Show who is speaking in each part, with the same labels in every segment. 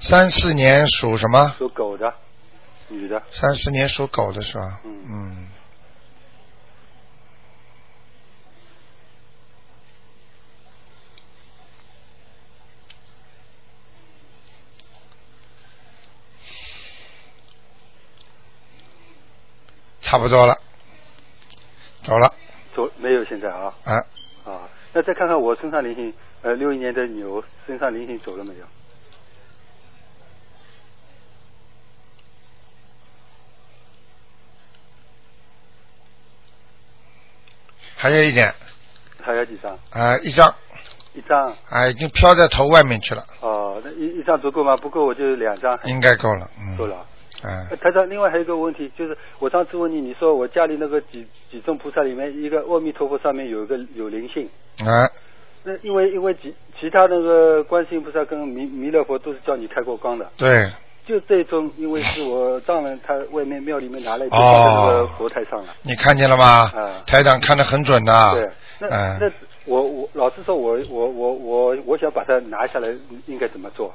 Speaker 1: 三四年属什么？
Speaker 2: 属狗的，女的，
Speaker 1: 三四年属狗的是吧？
Speaker 2: 嗯
Speaker 1: 嗯。差不多了，走了
Speaker 2: 左没有现在啊
Speaker 1: 啊！
Speaker 2: 啊，那再看看我身上灵性，呃，六一年的牛身上灵性走了没有？
Speaker 1: 还有一点
Speaker 2: 还有几张？
Speaker 1: 啊，一张
Speaker 2: 一张
Speaker 1: 啊已经飘在头外面去了，
Speaker 2: 哦，那一一张足够吗？不够我就两张，
Speaker 1: 应该够了，嗯，
Speaker 2: 够，了。
Speaker 1: 啊
Speaker 2: 呃台长，另外还有一个问题，就是我上次问你，你说我家里那个几几尊菩萨里面，一个阿弥陀佛上面有一个有灵性，
Speaker 1: 啊，
Speaker 2: 那因为因为其其他那个观世音菩萨跟弥弥勒佛都是叫你开过光的，
Speaker 1: 对，
Speaker 2: 就这尊，因为是我丈人他外面庙里面拿来就放在那个
Speaker 1: 哦
Speaker 2: 佛台上了。
Speaker 1: 你看见了吗？
Speaker 2: 嗯
Speaker 1: 台长看得很准的、
Speaker 2: 对，那、
Speaker 1: 嗯
Speaker 2: 那我我老实说我，我我我我想把它拿下来，应该怎么做？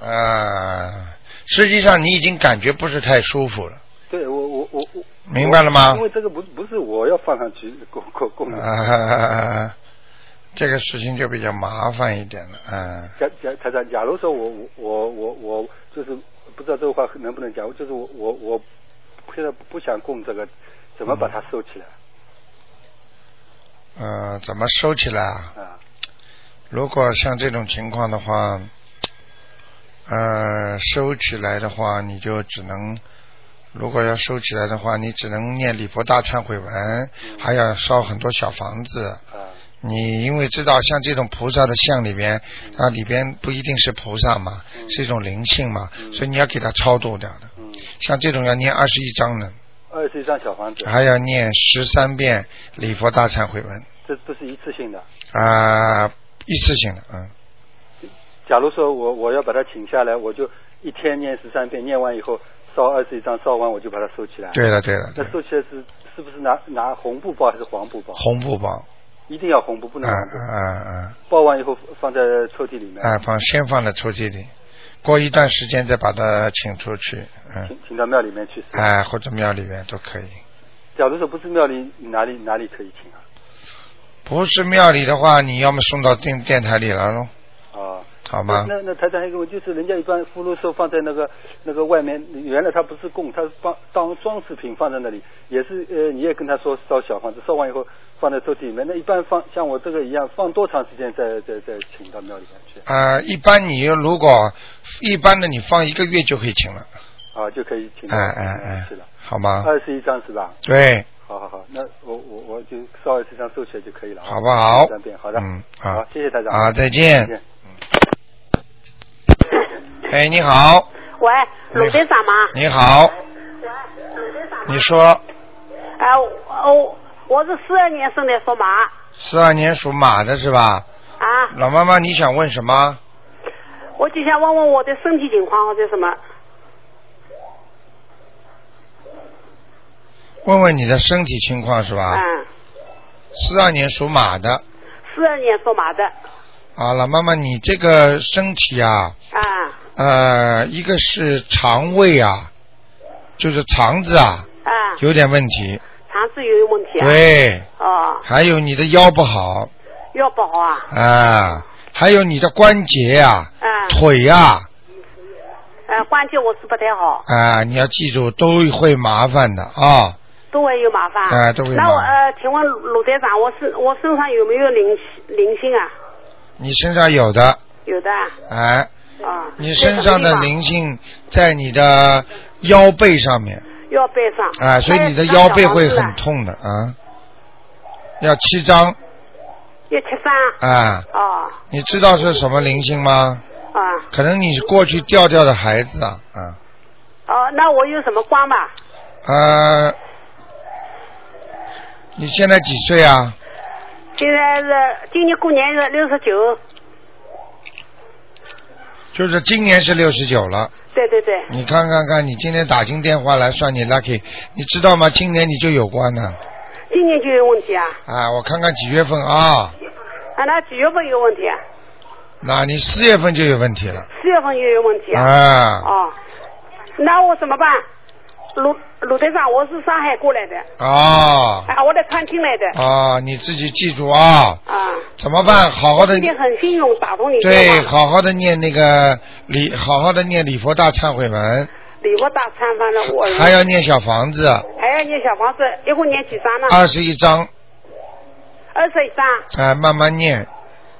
Speaker 1: 呃，实际上你已经感觉不是太舒服了，
Speaker 2: 对我我我我
Speaker 1: 明白了吗
Speaker 2: 因？为这个不不是我要放上去供供供的，
Speaker 1: 啊、这个事情就比较麻烦一点了，嗯、
Speaker 2: 假假台长，假如说我我我我我就是不知道这个话能不能讲，就是我我我现在不想供这个，怎
Speaker 1: 嗯
Speaker 2: 么把它收起来、
Speaker 1: 呃，怎么收起来啊？
Speaker 2: 啊？
Speaker 1: 如果像这种情况的话，呃，收起来的话，你就只能，如果要收起来的话，你只能念礼佛大忏悔文，还要烧很多小房子。
Speaker 2: 啊，
Speaker 1: 你因为知道像这种菩萨的像里边，它里边不一定是菩萨嘛，
Speaker 2: 嗯
Speaker 1: 是一种灵性嘛，
Speaker 2: 嗯
Speaker 1: 所以你要给它超度掉的。
Speaker 2: 嗯，
Speaker 1: 像这种要念二十一章呢，
Speaker 2: 二十一张小房子，
Speaker 1: 还要念十三遍礼佛大忏悔文
Speaker 2: 这这是一次性的。
Speaker 1: 啊、一次性的，嗯，
Speaker 2: 假如说我我要把它请下来，我就一天念十三遍，念完以后烧二十一张，烧完我就把它收起来。，
Speaker 1: 对了对了，对
Speaker 2: 那
Speaker 1: 了
Speaker 2: 收起来是是不是拿拿红布包还是黄布包？
Speaker 1: 红布包。
Speaker 2: 一定要红布，不能
Speaker 1: 啊
Speaker 2: 黄布。
Speaker 1: 啊
Speaker 2: 包完以后放在抽屉里面
Speaker 1: 啊，啊！放先放在抽屉里，过一段时间再把它请出去，嗯，
Speaker 2: 请请到庙里面去烧。
Speaker 1: 哎，或者庙里面都可以。
Speaker 2: 假如说不是庙里，哪里哪里可以请啊？
Speaker 1: 不是庙里的话，你要么送到电电台里来喽，
Speaker 2: 啊，
Speaker 1: 好吗？
Speaker 2: 那那那台长还有一个问题，就是人家一般俘虏兽放在那个那个外面，原来他不是供，他是放当装饰品放在那里，也是呃，你也跟他说烧小房子，烧完以后放在抽屉里面。那一般放像我这个一样，放多长时间再再再请到庙里面去
Speaker 1: 啊，一般你如果一般的，你放一个月就可以请了，
Speaker 2: 啊，就可以请到
Speaker 1: 哎
Speaker 2: 庙里
Speaker 1: 哎
Speaker 2: 面
Speaker 1: 哎
Speaker 2: 去了。，
Speaker 1: 好吗？
Speaker 2: 二十一张是吧？
Speaker 1: 对，
Speaker 2: 好好好，那我我我就烧二十张收起来就可以了啊，
Speaker 1: 好不好
Speaker 2: 三遍，好的，
Speaker 1: 嗯，
Speaker 2: 好
Speaker 1: 好，，
Speaker 2: 谢谢台长，
Speaker 1: 好，再见
Speaker 2: 再。见。
Speaker 1: 哎，你好，
Speaker 3: 喂，鲁队长吗？
Speaker 1: 你好，你说
Speaker 3: 哎、我我我是四二年生的，属马
Speaker 1: 四二年属马的是吧？
Speaker 3: 啊。
Speaker 1: 老妈妈，你想问什么？
Speaker 3: 我就想问问我的身体情况或者什么。
Speaker 1: 问问你的身体情况是吧？
Speaker 3: 嗯，
Speaker 1: 四二年属马的
Speaker 3: 四二年属马的。
Speaker 1: 啊，老妈妈，你这个身体啊，
Speaker 3: 啊
Speaker 1: 呃，一个是肠胃啊，就是肠子啊，
Speaker 3: 啊，
Speaker 1: 有点问题，
Speaker 3: 肠子有问题啊。。
Speaker 1: 对，
Speaker 3: 哦，
Speaker 1: 还有你的腰不好
Speaker 3: 腰不好啊。
Speaker 1: 啊，还有你的关节啊、
Speaker 3: 啊。
Speaker 1: 腿呀
Speaker 3: 呃，关节我是不太好，
Speaker 1: 啊你要记住都会麻烦的啊、
Speaker 3: 都会有麻烦。
Speaker 1: 哎都会有麻烦
Speaker 3: 那我呃，请问鲁队长，我身我身上有没有灵灵性啊？
Speaker 1: 你身上有的，
Speaker 3: 有的啊。
Speaker 1: 哎、
Speaker 3: 啊
Speaker 1: 你身上的。灵性在你的腰背上面。
Speaker 3: 腰背上。
Speaker 1: 啊，所以
Speaker 3: 哎
Speaker 1: 你的腰背会很。痛的啊。要七张
Speaker 3: 要吃饭。
Speaker 1: 啊，
Speaker 3: 哦
Speaker 1: 你知道是什么灵性吗？
Speaker 3: 啊。
Speaker 1: 可能你是过去掉掉的孩子啊啊
Speaker 3: 哦，那我有什么光吧？
Speaker 1: 呃，你现在几岁啊？
Speaker 3: 现在是今年过年是六十九，
Speaker 1: 就是今年是六十九了，
Speaker 3: 对对对，
Speaker 1: 你看看看，你今天打进电话来算你 lucky，你知道吗？今年你就有关呢
Speaker 3: 今年就有问题啊？
Speaker 1: 啊！我看看几月份啊？
Speaker 3: 啊，那几月份有问题啊？
Speaker 1: 那你四月份就有问题了
Speaker 3: 四月份又有问题啊。
Speaker 1: 啊
Speaker 3: 哦，那我怎么办？鲁鲁队长，我是上海过来的，
Speaker 1: 啊
Speaker 3: 啊，我在川金来的，
Speaker 1: 啊！你自己记住啊，
Speaker 3: 啊，
Speaker 1: 怎么办？好好的
Speaker 3: 今天很幸运打通你
Speaker 1: 对，
Speaker 3: 电话，
Speaker 1: 好好的念那个礼，好好的念礼佛大忏悔文，
Speaker 3: 礼物大餐饭了，我
Speaker 1: 还要念小房子
Speaker 3: 还要念小房子，一共念几张呢？
Speaker 1: 二十一章，
Speaker 3: 二十一张，
Speaker 1: 啊，慢慢念，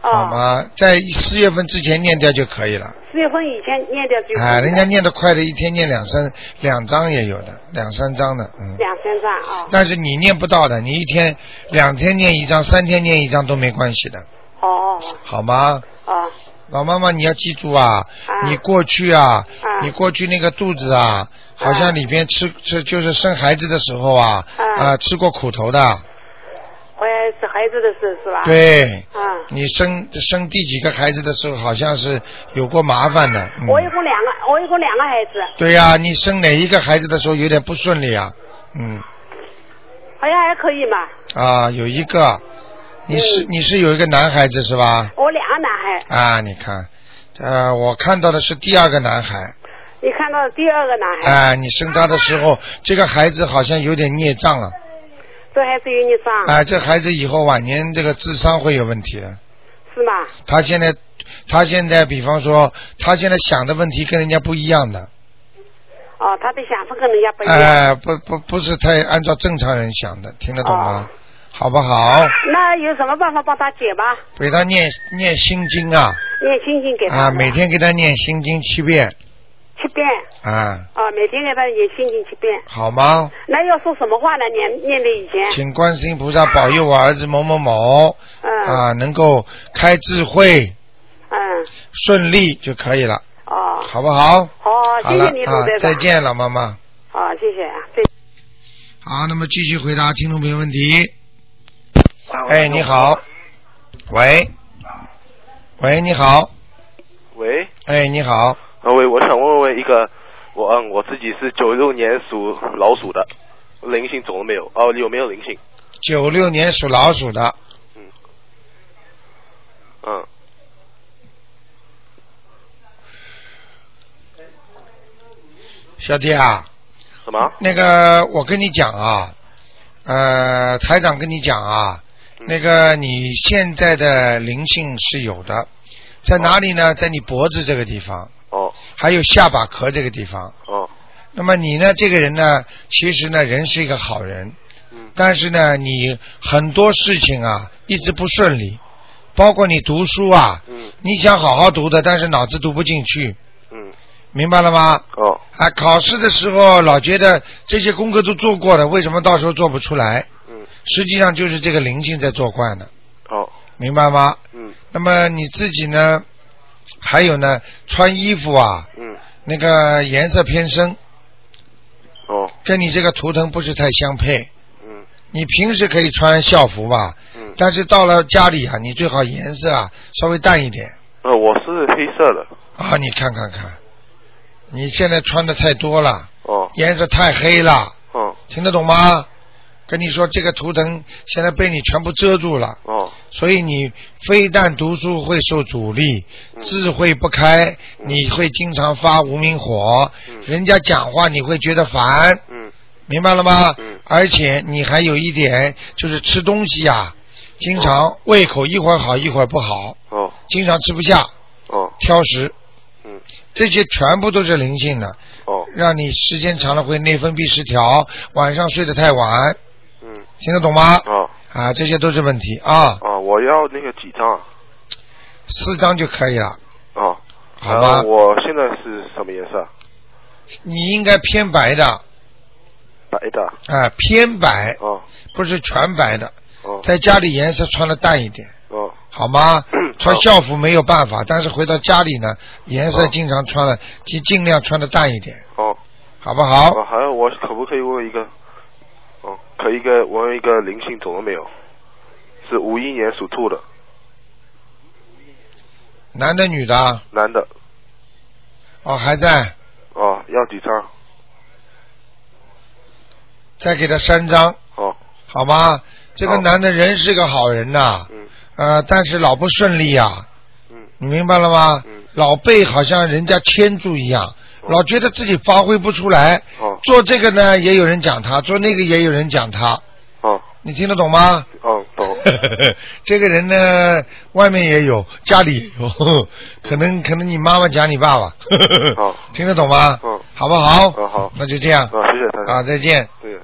Speaker 1: 好
Speaker 3: 哦，
Speaker 1: 吗？在四月份之前念掉就可以了。
Speaker 3: 四月份以前念掉就
Speaker 1: 哎，人家念得快的，一天念两三两章也有的，两三章的，嗯。
Speaker 3: 两三张啊，
Speaker 1: 但是你念不到的，你一天、两天念一张，三天念一张都没关系的，
Speaker 3: 哦
Speaker 1: 好吗？
Speaker 3: 哦哦，
Speaker 1: 老妈妈，你要记住啊，
Speaker 3: 啊
Speaker 1: 你过去啊，
Speaker 3: 啊
Speaker 1: 你过去那个肚子啊，好像里边吃吃就是生孩子的时候啊，啊、
Speaker 3: 啊
Speaker 1: 吃过苦头的，
Speaker 3: 怀是孩子的事是吧？，
Speaker 1: 对，
Speaker 3: 啊，
Speaker 1: 你生生第几个孩子的时候，好像是有过麻烦的，嗯、
Speaker 3: 我一共两个，我一共两个孩子，
Speaker 1: 对呀、你生哪一个孩子的时候有点不顺利啊，嗯，
Speaker 3: 好像还可以嘛，
Speaker 1: 啊，有一个，你是、你是有一个男孩子是吧？
Speaker 3: 我两个男孩，
Speaker 1: 啊，你看，呃，我看到的是第二个男孩，
Speaker 3: 你看到第二个男孩，
Speaker 1: 啊、你生他的时候，这个孩子好像有点孽障了，
Speaker 3: 这还是有你上、
Speaker 1: 啊、这孩子以后晚年这个智商会有问题的。
Speaker 3: 是吗？
Speaker 1: 他现在，他现在，比方说，他现在想的问题跟人家不一样的，
Speaker 3: 哦，他的想法跟人家不一样。
Speaker 1: 哎、不不不是太按照正常人想的，听得懂吗？
Speaker 3: 哦
Speaker 1: 好不好？
Speaker 3: 那有什么办法帮他解吗？
Speaker 1: 给他念念心经啊，
Speaker 3: 念心经给他
Speaker 1: 啊，
Speaker 3: 们
Speaker 1: 每天给他念心经七遍
Speaker 3: 七遍
Speaker 1: 啊，
Speaker 3: 啊，每天给他念心经七遍。
Speaker 1: 好吗？
Speaker 3: 那要说什么话呢？念念的以前，
Speaker 1: 请观世音菩萨保佑我儿子某某某
Speaker 3: 嗯、
Speaker 1: 啊，能够开智慧，
Speaker 3: 嗯，
Speaker 1: 顺利就可以了，
Speaker 3: 哦，
Speaker 1: 好不好？
Speaker 4: 哦
Speaker 3: 好，
Speaker 1: 好
Speaker 3: 谢
Speaker 1: 了
Speaker 3: 谢你，
Speaker 1: 啊
Speaker 3: 鲁队，长。
Speaker 1: 再。见，老妈妈。
Speaker 3: 好，谢谢啊，再见。
Speaker 1: 好，那么继续回答听众朋友问题。哎，你好，喂，喂，你好，
Speaker 5: 喂，
Speaker 1: 哎，你好，
Speaker 5: 呃，喂，我想问问一个，我嗯，我自己是九六年属老鼠的，灵性走了没有？哦，有没有灵性？
Speaker 1: 九六年属老鼠的，
Speaker 5: 嗯，
Speaker 1: 小弟啊，
Speaker 5: 什么？
Speaker 1: 那个我跟你讲啊，呃，台长跟你讲啊，
Speaker 5: 嗯
Speaker 1: 那个你现在的灵性是有的，在哪里呢？在你脖子这个地方，
Speaker 5: 哦
Speaker 1: 还有下巴壳这个地方。
Speaker 5: 哦，
Speaker 1: 那么你呢？这个人呢，其实呢，人是一个好人，
Speaker 5: 嗯
Speaker 1: 但是呢，你很多事情啊，一直不顺利，包括你读书啊，
Speaker 5: 嗯
Speaker 1: 你想好好读的，但是脑子读不进去，
Speaker 5: 嗯，
Speaker 1: 明白了吗？
Speaker 5: 哦
Speaker 1: 啊，考试的时候老觉得这些功课都做过了，为什么到时候做不出来？
Speaker 5: 嗯
Speaker 1: 实际上就是这个灵性在作怪呢，
Speaker 5: 哦
Speaker 1: 明白吗？
Speaker 5: 嗯
Speaker 1: 那么你自己呢？还有呢，穿衣服啊，
Speaker 5: 嗯
Speaker 1: 那个颜色偏深，
Speaker 5: 哦
Speaker 1: 跟你这个图腾不是太相配。
Speaker 5: 嗯
Speaker 1: 你平时可以穿校服吧，
Speaker 5: 嗯，
Speaker 1: 但是到了家里啊，你最好颜色啊稍微淡一点
Speaker 5: 呃，我是黑色的。
Speaker 1: 啊。你看看看，你现在穿的太多了，
Speaker 5: 哦
Speaker 1: 颜色太黑了，
Speaker 5: 哦
Speaker 1: 听得懂吗？跟你说，这个图腾现在被你全部遮住了，
Speaker 5: 哦
Speaker 1: 所以你非但读书会受阻力，
Speaker 5: 嗯
Speaker 1: 智慧不开，
Speaker 5: 嗯
Speaker 1: 你会经常发无名火，
Speaker 5: 嗯
Speaker 1: 人家讲话你会觉得烦，
Speaker 5: 嗯
Speaker 1: 明白了吗？
Speaker 5: 嗯
Speaker 1: 而且你还有一点就是吃东西啊，经常胃口一会儿好一会儿不好，
Speaker 5: 哦
Speaker 1: 经常吃不下，
Speaker 5: 哦
Speaker 1: 挑食，
Speaker 5: 嗯
Speaker 1: 这些全部都是灵性的，
Speaker 5: 哦
Speaker 1: 让你时间长了会内分泌失调，晚上睡得太晚，
Speaker 5: 嗯
Speaker 1: 听得懂吗？
Speaker 5: 哦
Speaker 1: 啊，这些都是问题啊，
Speaker 5: 哦，我要那个几张啊？
Speaker 1: 四张就可以了，
Speaker 5: 哦，
Speaker 1: 好吧
Speaker 5: 呃？我现在是什么颜色啊？
Speaker 1: 你应该偏白的，
Speaker 5: 白的。
Speaker 1: 啊，偏白
Speaker 5: 哦
Speaker 1: 不是全白的，
Speaker 5: 哦
Speaker 1: 在家里颜色穿的淡一点，
Speaker 5: 哦
Speaker 1: 好吗
Speaker 5: 嗯？
Speaker 1: 穿
Speaker 5: 好
Speaker 1: 校服没有办法，但是回到家里呢，颜色
Speaker 5: 好
Speaker 1: 经常穿了，尽尽量穿的淡一点，
Speaker 5: 哦。
Speaker 1: 好不好？
Speaker 5: 哦，还有我可不可以问一个？哦，可以一个我问一个灵性走了没有？是五一年属兔的
Speaker 1: 男的女的啊？
Speaker 5: 男的
Speaker 1: 哦，还在，
Speaker 5: 哦，要几张？
Speaker 1: 再给他三张，
Speaker 5: 哦，
Speaker 1: 好吗？这个
Speaker 5: 好
Speaker 1: 男的人是个好人呐、
Speaker 5: 嗯
Speaker 1: 呃，但是老不顺利啊，
Speaker 5: 嗯
Speaker 1: 你明白了吗？
Speaker 5: 嗯
Speaker 1: 老被好像人家牵住一样，
Speaker 5: 哦
Speaker 1: 老觉得自己发挥不出来。
Speaker 5: 哦
Speaker 1: 做这个呢，也有人讲他；做那个也有人讲他。
Speaker 5: 哦
Speaker 1: 你听得懂 吗？
Speaker 5: 哦， 懂。
Speaker 1: 这个人呢，外面也有，家里也有， 可能可能你妈妈讲你爸 爸。
Speaker 5: 哦
Speaker 1: 听得懂吗？
Speaker 5: 嗯
Speaker 1: 好不好？
Speaker 5: 嗯好
Speaker 1: 那就这样
Speaker 5: 啊，谢谢台长。
Speaker 1: 啊，再见。
Speaker 5: 对。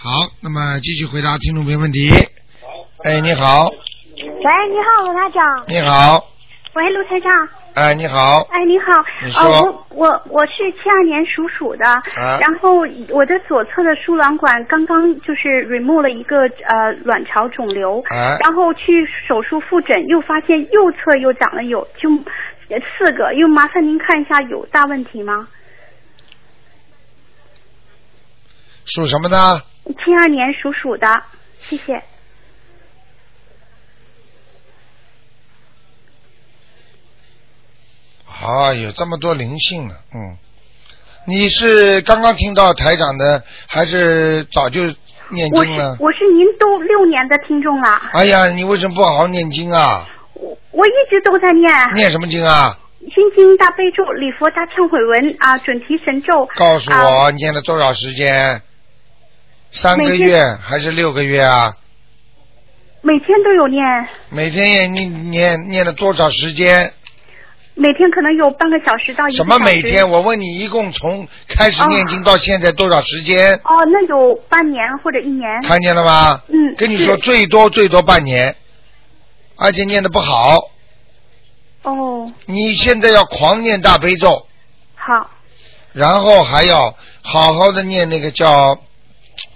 Speaker 1: 好，那么继续回答听众朋友问题。哎，你好，
Speaker 6: 喂，你好，卢台长。
Speaker 1: 你好，
Speaker 6: 喂，卢台长。
Speaker 1: 哎，你好，
Speaker 6: 哎，你好。
Speaker 1: 你
Speaker 6: 啊、
Speaker 1: 说啊
Speaker 6: 我我我是七二年属鼠的，然后我的左侧的输卵管刚刚就是 remove 了一个呃卵巢肿瘤，
Speaker 1: 哎
Speaker 6: 然后去手术复诊，又发现右侧又长了有就呃四个，又麻烦您看一下有大问题吗？
Speaker 1: 属什么呢？
Speaker 6: 七二年属鼠的，谢谢。
Speaker 1: 啊，有这么多灵性呢，嗯，你是刚刚听到台长的，还是早就念
Speaker 6: 我
Speaker 1: 经
Speaker 6: 是
Speaker 1: 了？
Speaker 6: 我是您都六年的听众了，
Speaker 1: 哎呀，你为什么不好好念经啊？
Speaker 6: 我我一直都在念。
Speaker 1: 念什么经啊？
Speaker 6: 心经大悲咒、礼佛大忏悔文啊、准提神咒。
Speaker 1: 告诉
Speaker 6: 啊
Speaker 1: 我念了多少时间？三个
Speaker 6: 每天
Speaker 1: 月还是六个月啊？
Speaker 6: 每天都有念，
Speaker 1: 每天也念念念了多少时间？
Speaker 6: 每天可能有半个小时到一个小
Speaker 1: 什
Speaker 6: 时。啊
Speaker 1: 么每天？？我问你，一共从开始念经到现在多少时间？
Speaker 6: 哦，那有半年或者一年。
Speaker 1: 看见了吗？
Speaker 6: 嗯
Speaker 1: 跟你说，
Speaker 6: 是
Speaker 1: 最多最多半年，而且念的不好。
Speaker 6: 哦，
Speaker 1: 你现在要狂念大悲咒，
Speaker 6: 好，
Speaker 1: 然后还要好好的念那个叫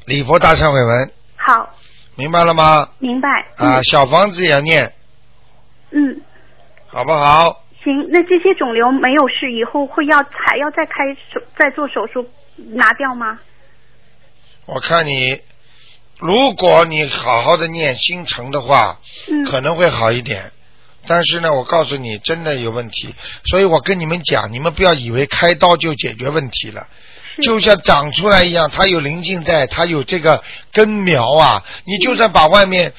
Speaker 1: 礼佛大忏悔文，
Speaker 6: 好，
Speaker 1: 明白了吗？
Speaker 6: 明白。
Speaker 1: 啊，小房子也要念，
Speaker 6: 嗯。嗯，
Speaker 1: 好不好？
Speaker 6: 行，那这些肿瘤没有事，以后会要还要再开手再做手术拿掉吗？
Speaker 1: 我看你，如果你好好的念心诚的话，
Speaker 6: 嗯，
Speaker 1: 可能会好一点。但是呢，我告诉你，真的有问题，所以我跟你们讲，你们不要以为开刀就解决问题了，
Speaker 6: 是
Speaker 1: 就像长出来一样，它有灵性在，它有这个根苗啊，你就算把外面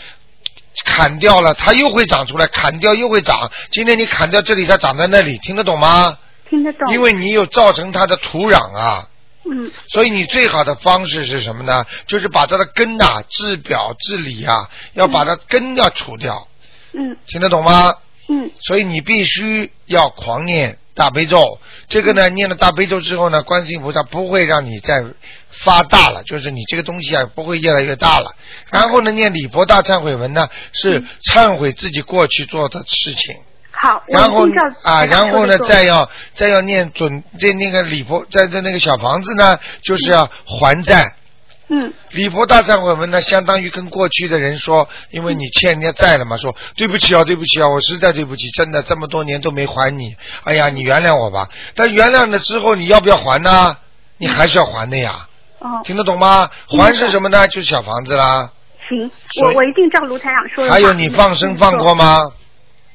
Speaker 1: 砍掉了，它又会长出来，砍掉又会长。今天你砍掉这里，它长在那里，听得懂吗？
Speaker 6: 听得懂。
Speaker 1: 因为你有造成它的土壤啊。
Speaker 6: 嗯
Speaker 1: 所以你最好的方式是什么呢？就是把它的根呐、治表治理啊，要把它根要除掉，
Speaker 6: 嗯
Speaker 1: 听得懂吗？
Speaker 6: 嗯
Speaker 1: 所以你必须要狂念大悲咒。这个
Speaker 6: 嗯
Speaker 1: 呢，念了大悲咒之后呢，观世音菩萨不会让你再发大了，就是你这个东西啊不会越来越大了。
Speaker 6: 嗯
Speaker 1: 然后呢，念礼佛大忏悔文呢，是忏悔自己过去做的事情。
Speaker 6: 好，我
Speaker 1: 然后
Speaker 6: 一定照
Speaker 1: 啊，
Speaker 6: 台长
Speaker 1: 然后
Speaker 6: 说
Speaker 1: 呢
Speaker 6: 的，做
Speaker 1: 再要再要念准这那个礼佛，在这那个小房子呢，就是要还债。
Speaker 6: 嗯
Speaker 1: 礼佛大忏悔文呢，相当于跟过去的人说，因
Speaker 6: 嗯
Speaker 1: 为你欠人家债了嘛，说对不起啊，对不起啊，我实在对不起，真的这么多年都没还你，哎呀，你原谅我吧。但原谅了之后，你要不要还呢？你还是要还的呀，
Speaker 6: 嗯哦，
Speaker 1: 听得懂吗？
Speaker 6: 听得
Speaker 1: 还
Speaker 6: 懂
Speaker 1: 是什么呢？就是小房子啦。
Speaker 6: 行，
Speaker 1: 所
Speaker 6: 我
Speaker 1: 以
Speaker 6: 我一定照卢台长说的话。
Speaker 1: 还有你放生
Speaker 6: 嗯
Speaker 1: 放过吗？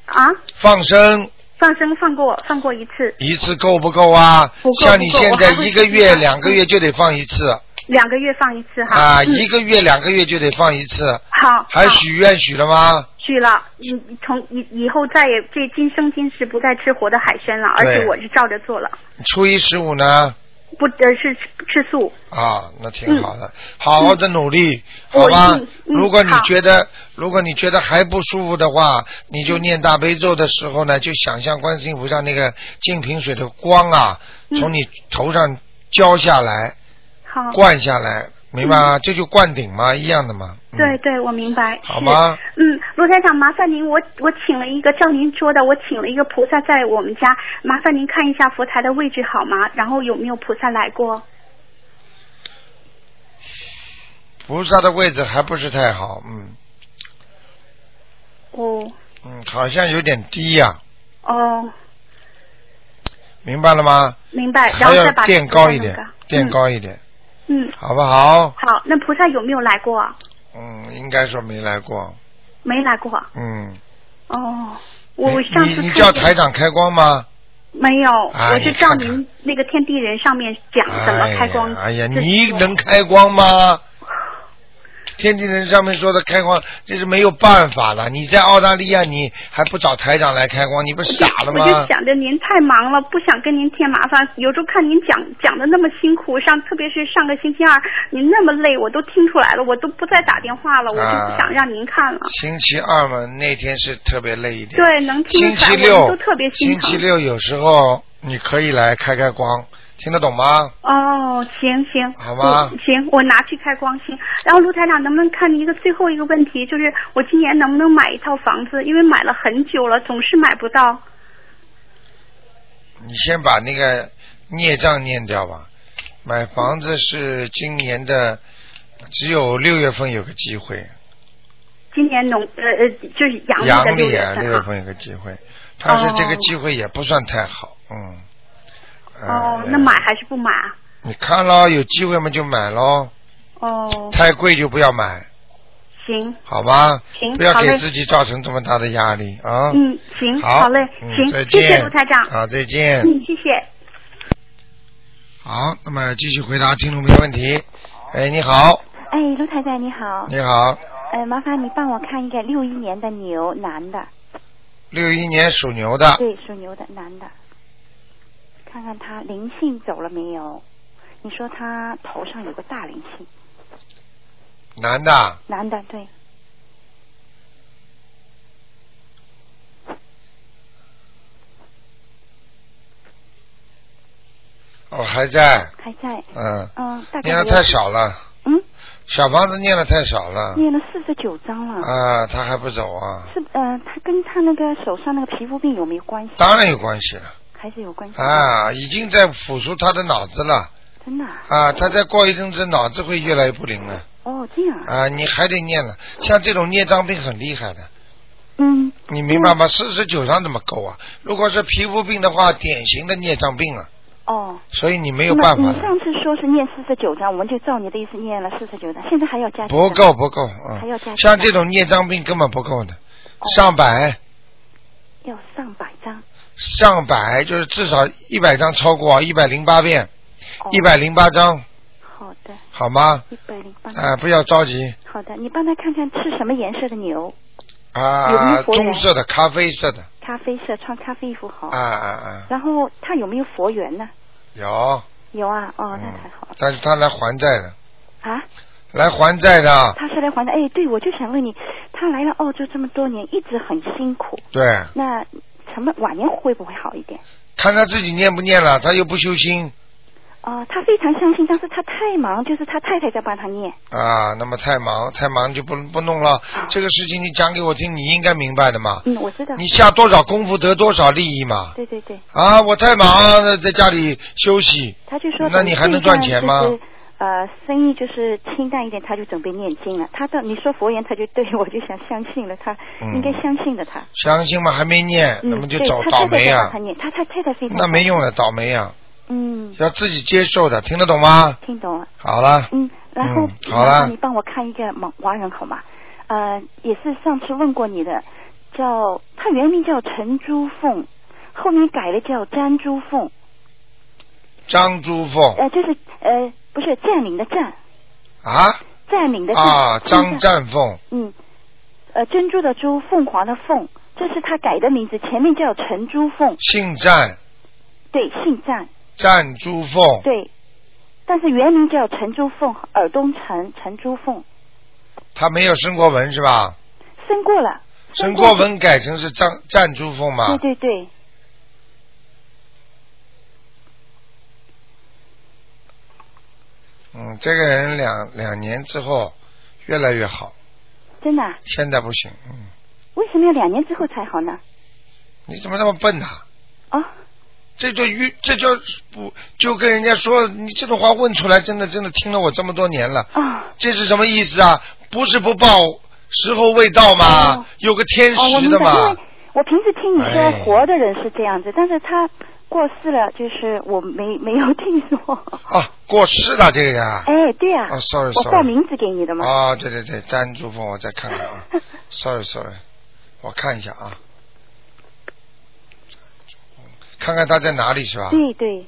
Speaker 6: 啊？
Speaker 1: 放生
Speaker 6: 放生放过放过一次，
Speaker 1: 一次够不够啊？
Speaker 6: 不够
Speaker 1: 像你
Speaker 6: 不够
Speaker 1: 现在
Speaker 6: 我还会
Speaker 1: 一个
Speaker 6: 继续
Speaker 1: 月、
Speaker 6: 放
Speaker 1: 两个月就得放一次
Speaker 6: 两个月放一次哈。
Speaker 1: 啊，
Speaker 6: 嗯
Speaker 1: 一个月、两个月就得放一次。
Speaker 6: 好，
Speaker 1: 还
Speaker 6: 好
Speaker 1: 许愿许了吗？
Speaker 6: 许了，嗯，从以以后再也这今生今世不再吃活的海鲜了，而
Speaker 1: 对
Speaker 6: 且我是照着做了，
Speaker 1: 初一十五呢？
Speaker 6: 不呃是吃吃素。
Speaker 1: 啊，那挺好的，好好的努力，
Speaker 6: 嗯
Speaker 1: 好吧
Speaker 6: 我一定？嗯
Speaker 1: 如果你
Speaker 6: 好
Speaker 1: 觉得如果你觉得还不舒服的话，你就念大悲咒的时候呢，就想象观世音菩萨那个净瓶水的光啊，
Speaker 6: 嗯
Speaker 1: 从你头上浇下来，
Speaker 6: 好，
Speaker 1: 灌下来，明白吗？这就灌顶嘛，一样的嘛。嗯
Speaker 6: 对对，我明白。
Speaker 1: 好吗
Speaker 6: 是？嗯，罗台长，麻烦您，我我请了一个，照您说的，我请了一个菩萨在我们家，麻烦您看一下佛台的位置好吗？然后有没有菩萨来过？
Speaker 1: 菩萨的位置还不是太好，嗯
Speaker 6: 哦
Speaker 1: 嗯，好像有点低呀、
Speaker 6: 哦，
Speaker 1: 明白了吗？
Speaker 6: 明白。然
Speaker 1: 还
Speaker 6: 后
Speaker 1: 要
Speaker 6: 再把
Speaker 1: 垫
Speaker 6: 菩萨
Speaker 1: 高一
Speaker 6: 弄
Speaker 1: 点，
Speaker 6: 嗯
Speaker 1: 垫高一点，
Speaker 6: 嗯，
Speaker 1: 好不好？
Speaker 6: 好，那菩萨有没有来过？
Speaker 1: 嗯，应该说没来过，
Speaker 6: 没来过。
Speaker 1: 嗯。
Speaker 6: 哦，我
Speaker 1: 你
Speaker 6: 上次
Speaker 1: 你你
Speaker 6: 看
Speaker 1: 叫
Speaker 6: 见
Speaker 1: 台长开光吗？
Speaker 6: 没有，
Speaker 1: 哎
Speaker 6: 我是
Speaker 1: 你
Speaker 6: 照
Speaker 1: 看看
Speaker 6: 您那个天地人上面讲怎么
Speaker 1: 哎
Speaker 6: 开光
Speaker 1: 呀，哎呀，
Speaker 6: 就是
Speaker 1: 你
Speaker 6: 说
Speaker 1: 能开光吗？天津人上面说的开光，这是没有办法的。你在澳大利亚，你还不找台长来开光，你不傻了
Speaker 6: 我就
Speaker 1: 吗？
Speaker 6: 想着您太忙了，不想跟您添麻烦。有时候看您讲讲的那么辛苦，上特别是上个星期二您那么累，我都听出来了，我都不再打电话了，我就
Speaker 1: 啊
Speaker 6: 不想让您看了。
Speaker 1: 星期二嘛，那天是特别累一点。
Speaker 6: 对，能听
Speaker 1: 星
Speaker 6: 出
Speaker 1: 期
Speaker 6: 来，我们
Speaker 1: 六
Speaker 6: 都特别，心
Speaker 1: 星
Speaker 6: 疼。
Speaker 1: 期六有时候你可以来开开光，听得懂吗？
Speaker 6: 哦，行行，
Speaker 1: 好吧
Speaker 6: 嗯行，我拿去开光行。然后卢台长，能不能看一个最后一个问题，就是我今年能不能买一套房子？因为买了很久了，总是买不到。
Speaker 1: 你先把那个孽障念掉吧。买房子是今年的，只有六月份有个机会，
Speaker 6: 今年农呃呃，就是阳历
Speaker 1: 阳
Speaker 6: 的六
Speaker 1: 历
Speaker 6: 月
Speaker 1: 啊，六
Speaker 6: 份
Speaker 1: 月
Speaker 6: 啊。
Speaker 1: 份有个机会，但是这个
Speaker 6: 哦
Speaker 1: 机会也不算太好，嗯。
Speaker 6: 哦
Speaker 1: 呃，
Speaker 6: 那买还是不买啊？
Speaker 1: 你看咯，有机会嘛就买咯，
Speaker 6: 哦，
Speaker 1: 太贵就不要买，
Speaker 6: 行
Speaker 1: 好吗？
Speaker 6: 行
Speaker 1: 不要
Speaker 6: 好
Speaker 1: 给
Speaker 6: 嘞
Speaker 1: 自己造成这么大的压力啊。
Speaker 6: 嗯，行，
Speaker 1: 好，
Speaker 6: 嘞，
Speaker 1: 嗯再
Speaker 6: 行，
Speaker 1: 见，
Speaker 6: 谢谢卢台长，
Speaker 1: 好，再见。
Speaker 6: 嗯，谢谢。
Speaker 1: 好，那么继续回答听众朋友问题。哎，你好，
Speaker 7: 哎，卢太太你好，
Speaker 1: 你好，
Speaker 7: 呃，麻烦你帮我看一个六一年的牛，男的，
Speaker 1: 六一年属牛
Speaker 6: 嗯
Speaker 1: 的，
Speaker 7: 对，属牛的男的，看看他灵性走了没有？你说他头上有个大灵性，
Speaker 1: 男的，
Speaker 7: 男的对，
Speaker 1: 哦，还在，
Speaker 7: 还在，
Speaker 1: 嗯，
Speaker 6: 哦
Speaker 7: 嗯、大概
Speaker 1: 念的
Speaker 7: 有
Speaker 1: 太少了，
Speaker 7: 嗯，
Speaker 1: 小房子念的太少了，
Speaker 7: 念了四十九章了，
Speaker 1: 啊，他还不走啊，
Speaker 7: 是呃，他跟他那个手上那个皮肤病有没有关系？
Speaker 1: 当然有关系了，
Speaker 7: 还是有关系，
Speaker 1: 啊，已经在腐熟他的脑子了，
Speaker 7: 真的啊、
Speaker 1: 啊，他再过一阵子脑子会越来越不灵了，
Speaker 7: 哦，这样啊，
Speaker 1: 啊，你还得念了，像这种孽障病很厉害的，
Speaker 7: 嗯，
Speaker 1: 你明白吗？四十九张怎么够啊？如果是皮肤病的话，典型的孽障病啊，
Speaker 7: 哦，
Speaker 1: 所以你没
Speaker 7: 没
Speaker 1: 有办法
Speaker 7: 你上
Speaker 1: 的，
Speaker 7: 次说是念四十九章，我们就照你的意思念了四十九章，现在还要加几
Speaker 1: 不
Speaker 7: 章
Speaker 1: 够不够啊、
Speaker 7: 还要加
Speaker 1: 嗯！
Speaker 7: 钱
Speaker 1: 像这种孽障病根本不够的，
Speaker 7: 哦
Speaker 1: 上百
Speaker 7: 要上百张，
Speaker 1: 上百就是至少一百张超过一百零八遍，
Speaker 7: 哦
Speaker 1: 一百零八张，
Speaker 7: 好的，嗯
Speaker 1: 好吗？
Speaker 7: 一百零八。
Speaker 1: 啊、不要着急
Speaker 7: 好的，你帮他看看是什么颜色的牛，有没
Speaker 1: 啊、
Speaker 7: 有佛缘哦
Speaker 1: 棕色的、咖啡色的，
Speaker 7: 咖啡色，穿咖啡衣服好。
Speaker 1: 啊啊啊，
Speaker 7: 然后他有没有佛缘呢？
Speaker 1: 有，
Speaker 7: 有啊，哦，那
Speaker 1: 嗯
Speaker 7: 太好了，
Speaker 1: 但是他来还债的，
Speaker 7: 啊。
Speaker 1: 来还债的，啊
Speaker 7: 他是来还的，哎，对，我就想问你，他来了澳洲这么多年，一直很辛苦，
Speaker 1: 对，
Speaker 7: 那什么晚年会不会好一点？
Speaker 1: 看他自己念不念了，他又不修心。
Speaker 7: 哦，他非常相信，但是他太忙，就是他太太在帮他念。
Speaker 1: 啊，那么太忙太忙就不不弄了。这个事情你讲给我听，你应该明白的嘛。
Speaker 7: 嗯，我知道。
Speaker 1: 你下多少功夫得多少利益嘛。
Speaker 7: 对对对，
Speaker 1: 啊，我太忙，在家里休息。
Speaker 7: 他就说
Speaker 1: 那你还能赚钱吗
Speaker 7: 就是呃，生意就是清淡一点，他就准备念经了。他到你说佛缘，他就对我就想相信了，他、
Speaker 1: 嗯
Speaker 7: 应该相信的他。
Speaker 1: 相信嘛，还没念，
Speaker 7: 嗯，
Speaker 1: 那么就
Speaker 7: 对
Speaker 1: 找
Speaker 7: 他
Speaker 1: 倒
Speaker 7: 太太
Speaker 1: 霉
Speaker 7: 在
Speaker 1: 啊
Speaker 7: 帮他！念，他他太太非常
Speaker 1: 那没用了，倒霉啊！
Speaker 7: 嗯，
Speaker 1: 要自己接受的，听得懂吗？
Speaker 7: 听懂了。
Speaker 1: 好了，
Speaker 7: 嗯，然后、
Speaker 1: 嗯好啦
Speaker 7: 麻烦你帮我看一个盲华人好吗？呃，也是上次问过你的，叫他原名叫陈珠凤，后面改了叫詹珠凤，
Speaker 1: 张珠凤
Speaker 7: 呃，就是呃不是占领的占，呃
Speaker 1: 啊
Speaker 7: 占领的占
Speaker 1: 啊，
Speaker 7: 就是
Speaker 1: 张占凤
Speaker 7: 嗯，呃，珍珠的珠，凤凰的凤，这是他改的名字，前面叫陈珠凤，
Speaker 1: 姓占，
Speaker 7: 对，姓占，
Speaker 1: 占珠凤
Speaker 7: 对，但是原名叫陈珠凤，尔东陈，陈珠凤，
Speaker 1: 她没有生过文是吧？
Speaker 7: 生过了，
Speaker 1: 生
Speaker 7: 过
Speaker 1: 过，文改成是张占珠凤嘛？
Speaker 7: 对对对，
Speaker 1: 嗯，这个人两两年之后越来越好，
Speaker 7: 真的啊、
Speaker 1: 现在不行。嗯，
Speaker 7: 为什么要两年之后才好呢？
Speaker 1: 你怎么那么笨呐、
Speaker 7: 啊、
Speaker 1: 这就愚，这就不就跟人家说你这种话问出来，真的真的听了我这么多年了，
Speaker 7: 啊、
Speaker 1: 这是什么意思啊？不是不报，时候未到嘛，
Speaker 7: 哦
Speaker 1: 有个天
Speaker 7: 哦，我
Speaker 1: 时
Speaker 7: 明
Speaker 1: 的
Speaker 7: 白，因
Speaker 1: 嘛
Speaker 7: 为。我平时听你
Speaker 1: 哎
Speaker 7: 说活的人是这样子，但是他过世了，就是我没没有听 说。
Speaker 1: 啊，过世了这个人啊。
Speaker 7: 哎，对呀、啊
Speaker 1: 哦，sorry，
Speaker 7: 我
Speaker 1: sorry
Speaker 7: 报名字给你的嘛。
Speaker 1: 啊，对对对，詹珠峰，我再看看 啊。sorry sorry，我看一下啊，看看他在哪里是吧？
Speaker 7: 对对。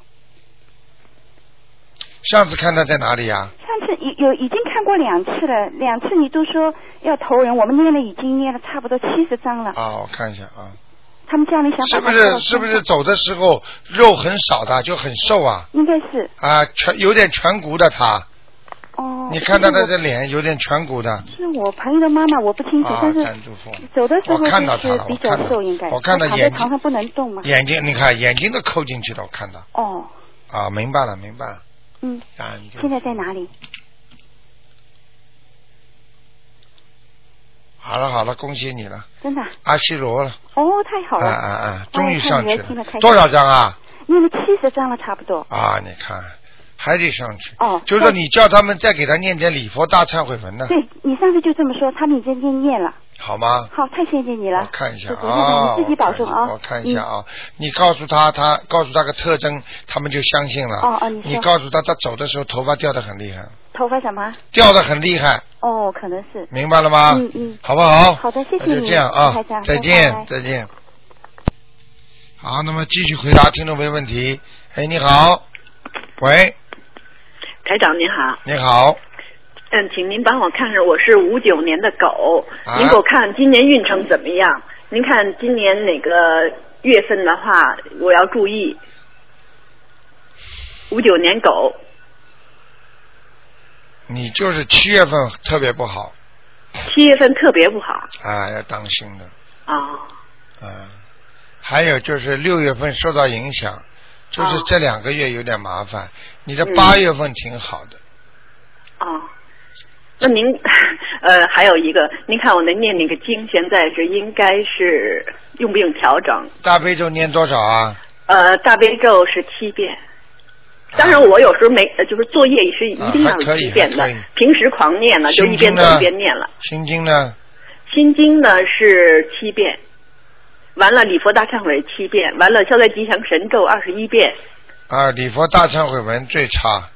Speaker 1: 上次看他在哪里呀、
Speaker 7: 上次次有有已经看过两次了，两次你都说要投人，我们念了已经念了差不多七十章了。
Speaker 1: 啊，我看一下啊，
Speaker 7: 他们家里想把
Speaker 1: 是不
Speaker 7: 它做到
Speaker 1: 是是不是走的时候肉很少的，就很瘦啊
Speaker 7: 应该是
Speaker 1: 啊，颧有点颧骨的他，
Speaker 7: 哦。
Speaker 1: 你看到他
Speaker 7: 是
Speaker 1: 的脸有点颧骨的
Speaker 7: 我是我朋友的妈妈，我不清楚，
Speaker 1: 啊
Speaker 7: 但，是
Speaker 1: 粘住缝。
Speaker 7: 走的时候
Speaker 1: 我看到
Speaker 7: 就
Speaker 1: 他
Speaker 7: 是
Speaker 1: 了，
Speaker 7: 比
Speaker 1: 我
Speaker 7: 较
Speaker 1: 看到
Speaker 7: 瘦，应该。，
Speaker 1: 我看到
Speaker 7: 躺在
Speaker 1: 眼睛
Speaker 7: 床上不能动嘛。
Speaker 1: 眼睛，你看眼睛都抠进去了，我看到
Speaker 7: 哦，
Speaker 1: 啊，明白了，明白了
Speaker 7: 嗯，
Speaker 1: 啊，你就
Speaker 7: 现在在哪里？
Speaker 1: 好了好了，恭喜你了，
Speaker 7: 真的啊？
Speaker 1: 阿西罗了，
Speaker 7: 哦，太好
Speaker 1: 啊
Speaker 7: 了，
Speaker 1: 啊啊，终于上去
Speaker 7: 哎看你年轻了开
Speaker 1: 了，
Speaker 7: 心
Speaker 1: 多少张啊？
Speaker 7: 念了七十章了，差不多。
Speaker 1: 啊，你看还得上去，
Speaker 7: 哦
Speaker 1: 就是说
Speaker 7: 对
Speaker 1: 你叫他们再给他念点礼佛大忏悔文呢，
Speaker 7: 对你上次就这么说，他们已经念念了。
Speaker 1: 好吗？
Speaker 7: 好，太谢谢你了。
Speaker 1: 我看一下
Speaker 7: 谢谢
Speaker 1: 啊，
Speaker 7: 你自己保重啊。
Speaker 1: 我看一下啊，你告诉他，他告诉他个特征，他们就相信了。
Speaker 7: 哦哦你说
Speaker 1: 你告诉他，他走的时候头发掉的很厉害，
Speaker 7: 嗯。头发什么？
Speaker 1: 掉的很厉害，
Speaker 7: 哦，可能是。
Speaker 1: 明白了吗？
Speaker 7: 嗯嗯
Speaker 1: 好不好？
Speaker 7: 好的谢谢
Speaker 1: 那就
Speaker 7: 你
Speaker 1: 这样啊
Speaker 7: 台长，
Speaker 1: 再
Speaker 7: 拜拜
Speaker 1: 见，再见。好，那么继续回答听众朋友问题。哎，你好，喂，
Speaker 8: 台长您好，
Speaker 1: 你好，
Speaker 8: 嗯，请您帮我看看，我是五九年的狗，
Speaker 1: 啊
Speaker 8: 您给我看今年运程怎么样？您看今年哪个月份的话，我要注意。五九年狗，
Speaker 1: 你就是七月份特别不好
Speaker 8: 七月份特别不好
Speaker 1: 啊，要当心的。
Speaker 8: 啊、
Speaker 1: 嗯，还有就是六月份受到影响，就是
Speaker 7: 啊
Speaker 8: 哦
Speaker 1: 这两个月有点麻烦。你的
Speaker 8: 嗯
Speaker 1: 八月份挺好的，
Speaker 8: 哦，那您 呃还有一个，您看我那念那个经，现在是应该是用不用调整？
Speaker 1: 大悲咒念多少啊？
Speaker 8: 呃，大悲咒是七遍。
Speaker 1: 啊
Speaker 8: 当然，我有时候没，呃就是作业也是一定
Speaker 1: 啊
Speaker 8: 要
Speaker 1: 还可以
Speaker 8: 七遍的
Speaker 1: 还可以，
Speaker 8: 平时狂念呢，就一
Speaker 1: 心经
Speaker 8: 边走
Speaker 1: 呢
Speaker 8: 一边念了。
Speaker 1: 心经呢？
Speaker 8: 心经呢是七遍，完了礼佛大忏悔七遍，完了消灾吉祥神咒二十一遍，
Speaker 1: 啊，礼佛大忏悔文最差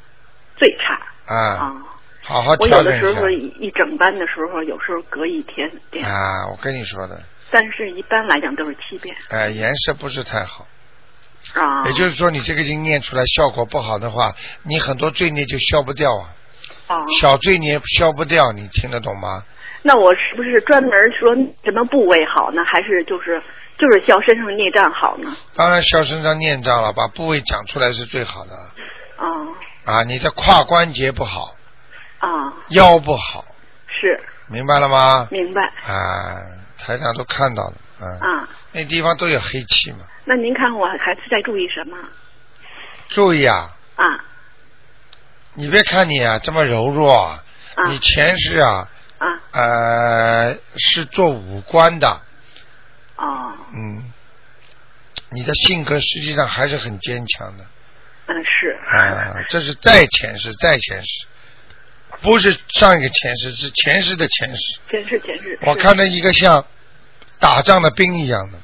Speaker 8: 最差
Speaker 1: 啊，
Speaker 8: 啊。
Speaker 1: 好好
Speaker 8: 我有
Speaker 1: 调
Speaker 8: 的时候
Speaker 1: 整一
Speaker 8: 一一整班的时候，有时候隔一天这
Speaker 1: 下
Speaker 8: 样，
Speaker 1: 啊。我跟你说的，
Speaker 8: 但是一般来讲都是七遍
Speaker 1: 哎、颜色不是太好，
Speaker 8: 啊。
Speaker 1: 也就是说你这个经念出来效果不好的话，你很多罪孽就消不掉啊，
Speaker 8: 啊，
Speaker 1: 小罪孽消不掉，你听得懂吗？
Speaker 8: 那我是不是专门说什么部位好呢？还是就是就是消身上孽障好呢？
Speaker 1: 当然消身上念障了，把部位讲出来是最好的。
Speaker 8: 啊
Speaker 1: 啊，你的胯关节不好，
Speaker 8: 啊，
Speaker 1: 腰不好，
Speaker 8: 是
Speaker 1: 明白了吗？
Speaker 8: 明白
Speaker 1: 啊，台长都看到了，嗯，
Speaker 8: 啊。
Speaker 1: 那地方都有黑气嘛。
Speaker 8: 那您看我还是在注意什么
Speaker 1: 注意啊，
Speaker 8: 啊？
Speaker 1: 你别看你啊这么柔弱啊，
Speaker 8: 啊
Speaker 1: 你前世啊，
Speaker 8: 啊
Speaker 1: 呃，是做武官的，
Speaker 8: 哦，
Speaker 1: 嗯，你的性格实际上还是很坚强的
Speaker 8: 嗯是
Speaker 1: 啊，这是再前世，再前世，不是上一个前世，是前世的前世。
Speaker 8: 前世前世。
Speaker 1: 我
Speaker 8: 是
Speaker 1: 看到一个像打仗的兵一样的。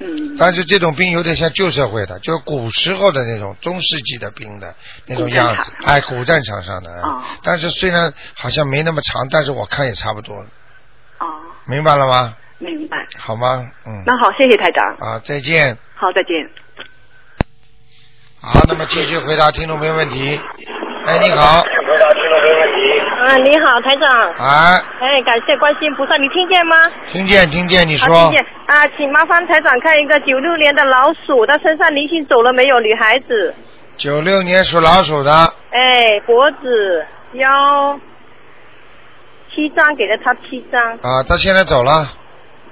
Speaker 8: 嗯
Speaker 1: 但是这种兵有点像旧社会的，就是古时候的那种中世纪的兵的那种样子
Speaker 8: 古战，场
Speaker 1: 哎，古战场上的。哎
Speaker 8: 哦
Speaker 1: 但是虽然好像没那么长，但是我看也差不多了，
Speaker 8: 哦，
Speaker 1: 明白了吗？
Speaker 8: 明白。
Speaker 1: 好吗？嗯。
Speaker 8: 那好，谢谢台长。
Speaker 1: 啊，再见。
Speaker 8: 好，再见。
Speaker 1: 好，那么继续回答听众朋友问题。哎，你好，
Speaker 9: 啊，你好，台长。
Speaker 1: 哎，
Speaker 9: 哎，感谢观世音菩萨，你听见吗？
Speaker 1: 听见听见你
Speaker 9: 啊，
Speaker 1: 说
Speaker 9: 听见啊，请麻烦台长看一个九六年的老鼠，她身上灵性走了没有？女孩子，
Speaker 1: 九六年属老鼠的，啊
Speaker 9: 哎，脖子、腰，七张给了她七张
Speaker 1: 啊，他现在走了，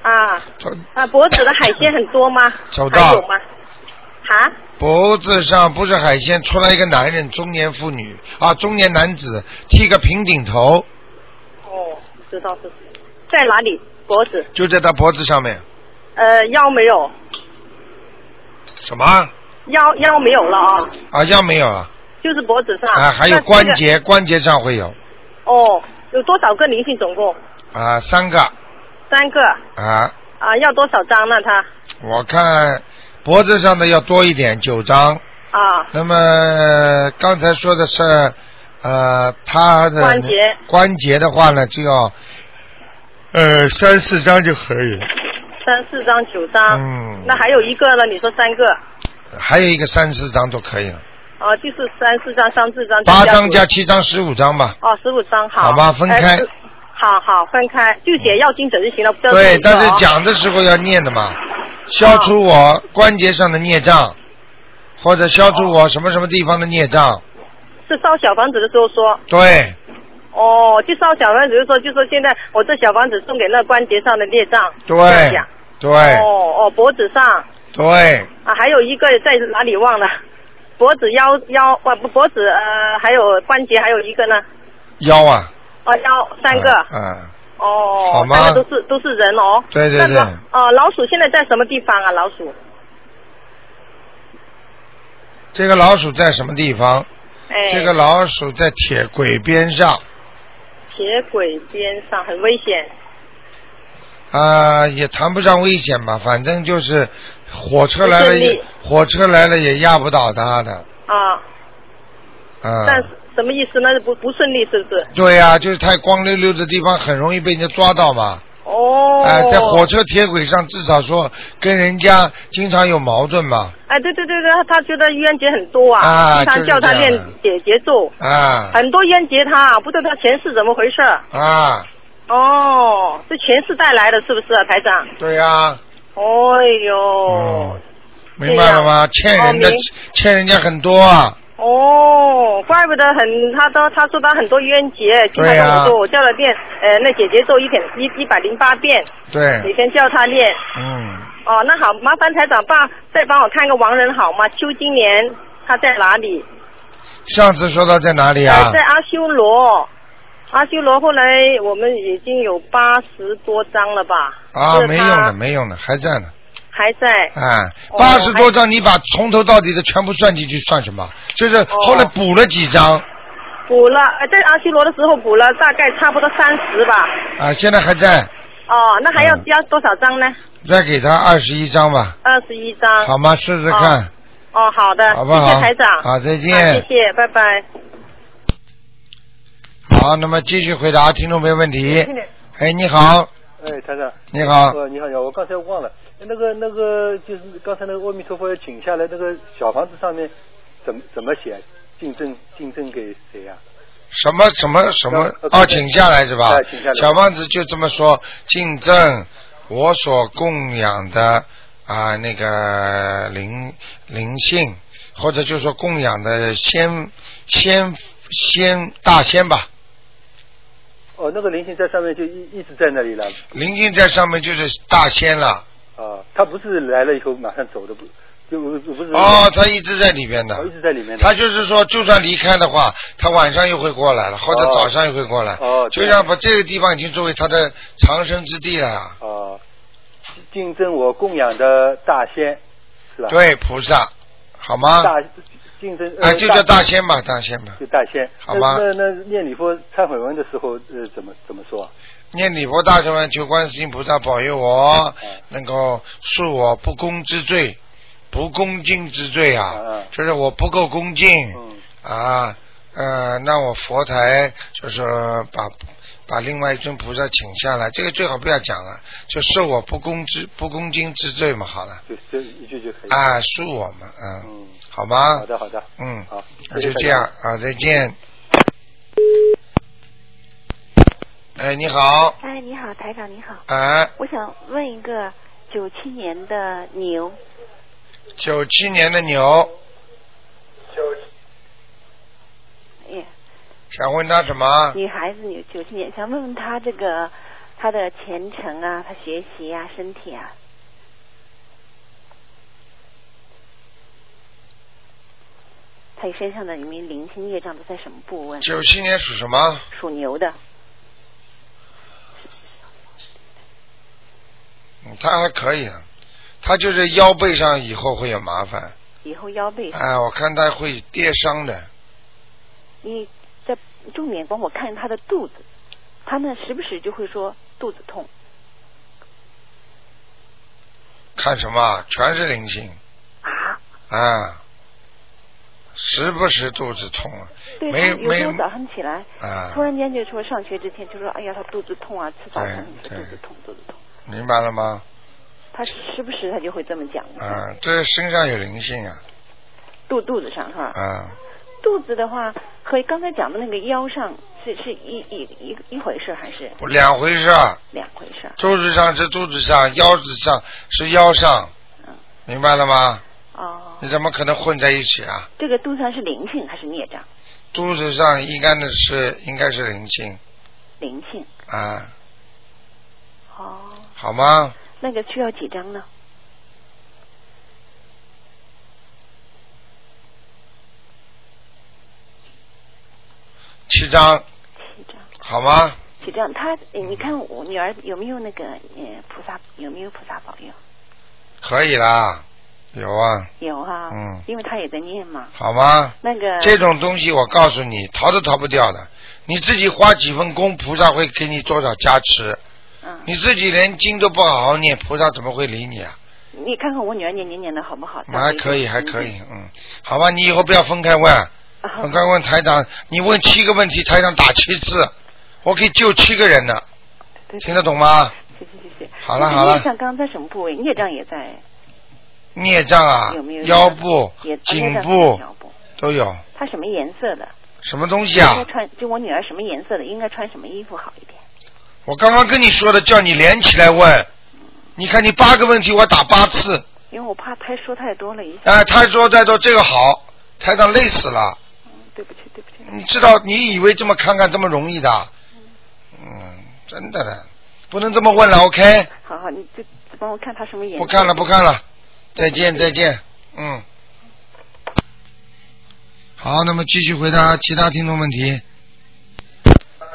Speaker 9: 啊
Speaker 1: 走
Speaker 9: 啊，脖子的海鲜很多吗？
Speaker 1: 走到
Speaker 9: 还有吗？啊，
Speaker 1: 脖子上不是海鲜，出来一个男人，中年妇女啊，中年男子，剃个平顶头，
Speaker 9: 哦，知道是在哪里？脖子，
Speaker 1: 就在他脖子上面。
Speaker 9: 呃，腰没有，
Speaker 1: 什么？
Speaker 9: 腰腰没有了啊、
Speaker 1: 啊，腰没有啊？
Speaker 9: 就是脖子上
Speaker 1: 啊，还
Speaker 9: 那
Speaker 1: 有
Speaker 9: 这个
Speaker 1: 关节，关节上会有
Speaker 9: 哦，有多少个灵性总共？
Speaker 1: 啊，三个
Speaker 9: 三个
Speaker 1: 啊，
Speaker 9: 啊，要多少张呢？他
Speaker 1: 我看脖子上的要多一点，九张。
Speaker 9: 啊，
Speaker 1: 那么刚才说的是，呃，他的
Speaker 9: 关节
Speaker 1: 关节的话呢，就要呃三四张就可以了，
Speaker 9: 三四张九张，
Speaker 1: 嗯
Speaker 9: 那还有一个呢？你说三个
Speaker 1: 还有一个三四张都可以了。
Speaker 9: 哦，就是三四张、三四张。
Speaker 1: 八张加。七张，十五张吧。
Speaker 9: 哦，十五张好。
Speaker 1: 好吧分开
Speaker 9: 哎是好好分开，就写药精者就行了，不要
Speaker 1: 对，
Speaker 9: 自己
Speaker 1: 但
Speaker 9: 哦
Speaker 1: 是讲的时候要念的嘛，消除我关节上的孽障，或者消除
Speaker 9: 哦
Speaker 1: 我什么什么地方的孽障。
Speaker 9: 是烧小房子的时候说，
Speaker 1: 对，
Speaker 9: 哦，就烧小房子的时候就说现在我这小房子送给那关节上的孽障。这样
Speaker 1: 对
Speaker 9: 讲，
Speaker 1: 对，
Speaker 9: 哦哦，脖子上
Speaker 1: 对，
Speaker 9: 啊，还有一个在哪里忘了，脖子腰腰啊不脖子呃还有关节还有一个呢，
Speaker 1: 腰啊。
Speaker 9: 哦腰三个、
Speaker 1: 嗯。嗯
Speaker 9: 哦，
Speaker 1: 好吗
Speaker 9: 三个都是都是人哦。
Speaker 1: 对对
Speaker 9: 那
Speaker 1: 对
Speaker 9: 老哦、老鼠现在在什么地方啊？老鼠，
Speaker 1: 这个老鼠在什么地方？
Speaker 9: 哎，
Speaker 1: 这个老鼠在铁轨边上，
Speaker 9: 铁轨边上很危险。
Speaker 1: 啊、也谈不上危险吧，反正就是火车来了
Speaker 9: 不顺利
Speaker 1: 也，火车来了也压不倒它的，
Speaker 9: 啊，
Speaker 1: 啊、
Speaker 9: 但是什么意思呢？不不顺利是不是？
Speaker 1: 对呀、就是太光溜溜的地方很容易被人家抓到嘛。
Speaker 9: 哦，
Speaker 1: 哎、在火车铁轨上，至少说跟人家经常有矛盾嘛。
Speaker 9: 哎，对对对对，他觉得冤结很多啊，
Speaker 1: 啊
Speaker 9: 经常叫他
Speaker 1: 就是这
Speaker 9: 练
Speaker 1: 样的
Speaker 9: 解结咒，
Speaker 1: 啊
Speaker 9: 很多冤结他不知道他前世怎么回事儿。
Speaker 1: 啊，
Speaker 9: 哦，是前世带来的，是不是、啊，台长？
Speaker 1: 对呀、
Speaker 9: 哎呦
Speaker 1: 嗯，，明白了吗？欠人的
Speaker 9: 哦哦明
Speaker 1: 欠人家很多啊。
Speaker 9: 哦，怪不得很，他都他说他很多冤结，经常
Speaker 1: 对
Speaker 9: 跟
Speaker 1: 啊
Speaker 9: 我说，我叫他练，呃，那解结咒一点一一百零八遍，每
Speaker 1: 对，
Speaker 9: 天叫他练。
Speaker 1: 嗯，
Speaker 9: 哦，那好，麻烦台长帮再帮我看个亡人好吗？邱金莲他在哪里？
Speaker 1: 上次说到在哪里
Speaker 9: 呃
Speaker 1: 啊
Speaker 9: 在？阿修罗。阿修罗后来我们已经有八十多张了吧？
Speaker 1: 啊，
Speaker 9: 是
Speaker 1: 没
Speaker 9: 他
Speaker 1: 用的，没用的，还在呢。
Speaker 9: 还在。
Speaker 1: 啊，
Speaker 9: 哦
Speaker 1: 八十多张，你把从头到底的全部算进去算什么？
Speaker 9: 哦
Speaker 1: 就是后来补了几张
Speaker 9: 补了，呃在阿修罗的时候补了大概差不多三十吧。
Speaker 1: 啊，现在还在，
Speaker 9: 哦，那还要
Speaker 1: 嗯
Speaker 9: 加多少张呢？
Speaker 1: 再给他二十一张吧，
Speaker 9: 二十一张。
Speaker 1: 好吗？试试看，
Speaker 9: 哦，嗯好的，
Speaker 1: 好不好？
Speaker 9: 谢谢台长，
Speaker 1: 好，再见。
Speaker 9: 啊谢谢，拜拜。
Speaker 1: 好，那么继续回答听众朋友问题。哎，你好，
Speaker 2: 哎，台长，
Speaker 1: 你好，
Speaker 2: 呃，你好，你好，我刚才忘了，那个那个就是刚才那个阿弥陀佛要请下来那个小房子上面怎么怎么写？敬赠敬赠给谁啊呀、
Speaker 1: 什么什么什么
Speaker 2: 呃？
Speaker 1: 哦，请下来是吧
Speaker 2: 哎请下来？
Speaker 1: 小胖子就这么说，敬赠我所供养的啊那个灵灵性，或者就说供养的仙仙仙大仙吧，
Speaker 2: 哦，那个灵性在上面就一一直在那里了
Speaker 1: 灵性在上面就是大仙了。
Speaker 2: 啊，他不是来了以后马上走的，不就不是
Speaker 1: 哦，他一直在里边的
Speaker 2: 哦一。直在里面的。
Speaker 1: 他就是说，就算离开的话，他晚上又会过来了，或者
Speaker 2: 哦
Speaker 1: 早上又会过来，
Speaker 2: 哦
Speaker 1: 就
Speaker 2: 这样
Speaker 1: 让把这个地方已经作为他的藏身之地了。
Speaker 2: 哦，敬赠我供养的大仙是吧？，啊
Speaker 1: 对，菩萨，好吗？
Speaker 2: 大敬赠呃
Speaker 1: 啊，就叫
Speaker 2: 大
Speaker 1: 大仙吧，大仙吧。
Speaker 2: 就大仙。
Speaker 1: 好吧
Speaker 2: 那那那念礼佛忏悔文的时候呃怎么怎么说啊？
Speaker 1: 念礼佛大忏文，求观世音菩萨保佑我
Speaker 2: 嗯，
Speaker 1: 能够恕我不公之罪，不恭敬之罪
Speaker 2: 嗯
Speaker 1: 啊
Speaker 2: 嗯，
Speaker 1: 就是我不够恭敬
Speaker 2: 嗯
Speaker 1: 啊，呃，那我佛台就是把把另外一尊菩萨请下来，这个最好不要讲了，就受我不恭之不恭敬之罪嘛，好了，
Speaker 2: 就这一句就可以。
Speaker 1: 啊，恕我们，嗯，
Speaker 2: 嗯，
Speaker 1: 好吗？
Speaker 2: 好的好的，
Speaker 1: 嗯，
Speaker 2: 好，
Speaker 1: 那
Speaker 2: 谢
Speaker 1: 就
Speaker 2: 谢
Speaker 1: 这
Speaker 2: 大家
Speaker 1: 样。啊，再见。哎，你好，
Speaker 7: 哎，你好，台长，你好，
Speaker 1: 哎，
Speaker 7: 我想问一个九七年的牛，
Speaker 1: 九七年的牛，
Speaker 7: 哎，
Speaker 1: 想问他什么？
Speaker 7: 女孩子，女九七年，想问问她这个她的前程啊，她学习啊，身体啊，她身上的里面灵性业障都在什么部位？
Speaker 1: 九七年属什么？
Speaker 7: 属牛的，
Speaker 1: 嗯他还可以，他就是腰背上以后会有麻烦。
Speaker 7: 以后腰背，
Speaker 1: 哎，我看他会跌伤的。
Speaker 7: 你在重点帮我看她的肚子，她呢时不时就会说肚子痛，
Speaker 1: 看什么啊？全是灵性
Speaker 7: 啊，
Speaker 1: 啊，时不时肚子痛啊
Speaker 7: 对，
Speaker 1: 没
Speaker 7: 她有
Speaker 1: 没
Speaker 7: 时候早上起来。
Speaker 1: 啊
Speaker 7: 突，然间就说上学之前就说，哎呀，他肚子痛啊，吃早餐
Speaker 1: 对
Speaker 7: 的时候肚子
Speaker 1: 对
Speaker 7: 痛，肚子痛。
Speaker 1: 明白了吗？
Speaker 7: 他时不时他就会这么讲。
Speaker 1: 啊，这身上有灵性啊，
Speaker 10: 肚肚子上哈。
Speaker 1: 啊，
Speaker 10: 肚子的话和刚才讲的那个腰上是是一一一一回事还是
Speaker 1: 不两回事儿，
Speaker 10: 两回事？
Speaker 7: 啊
Speaker 1: 肚子上是肚子上，腰子上是腰上，
Speaker 7: 嗯
Speaker 1: 明白了吗？
Speaker 10: 哦，
Speaker 1: 你怎么可能混在一起啊？
Speaker 10: 这个肚子上是灵性还是孽障？
Speaker 1: 肚子上应该的是应该是灵性
Speaker 10: 灵性。
Speaker 1: 啊，
Speaker 10: 哦，
Speaker 1: 好吗？
Speaker 10: 那个需要几张呢？
Speaker 1: 七张，
Speaker 10: 七张。
Speaker 1: 好吗？
Speaker 10: 几张？他，呃你看我女儿有没有那个呃菩萨有没有菩萨保佑？
Speaker 1: 可以啦，有啊，
Speaker 10: 有哈、
Speaker 1: 嗯
Speaker 10: 因为她也在念嘛。
Speaker 1: 好吗？
Speaker 10: 那个
Speaker 1: 这种东西我告诉你，逃都逃不掉的。你自己花几份功，菩萨会给你多少加持？
Speaker 10: 嗯
Speaker 1: 你自己连经都不好好念，菩萨怎么会理你啊？
Speaker 10: 你看看我女儿念念念的好不好？
Speaker 1: 还可以，还可以，嗯，好吧，你以后不要分开问，
Speaker 10: 嗯
Speaker 1: 分开问台长，你问七个问题，台长打七次，我可以救七个人呢，听得懂吗？好了
Speaker 10: 那个
Speaker 1: 好了
Speaker 10: 孽障刚刚在什么部位？孽障也在
Speaker 1: 孽障啊
Speaker 10: 有没有，
Speaker 1: 腰部
Speaker 10: 也、啊
Speaker 1: 颈部
Speaker 10: 腰部。
Speaker 1: 都有，
Speaker 10: 她什么颜色的？
Speaker 1: 什么东西啊
Speaker 10: 应该？穿就我女儿什么颜色的？应该穿什么衣服好一点？
Speaker 1: 我刚刚跟你说的，叫你连起来问，你看你八个问题，我打八次，
Speaker 10: 因为我怕她说太多了一下。
Speaker 1: 哎，他说再说这个好，台长累死了。
Speaker 10: 对不起，对不起。
Speaker 1: 你知道，你以为这么看看这么容易的？嗯，真的的，不能这么问了，OK？
Speaker 10: 好好，你就帮我看她什么颜色。
Speaker 1: 不看了，不看了，再见，再见，嗯。好，那么继续回答其他听众问题。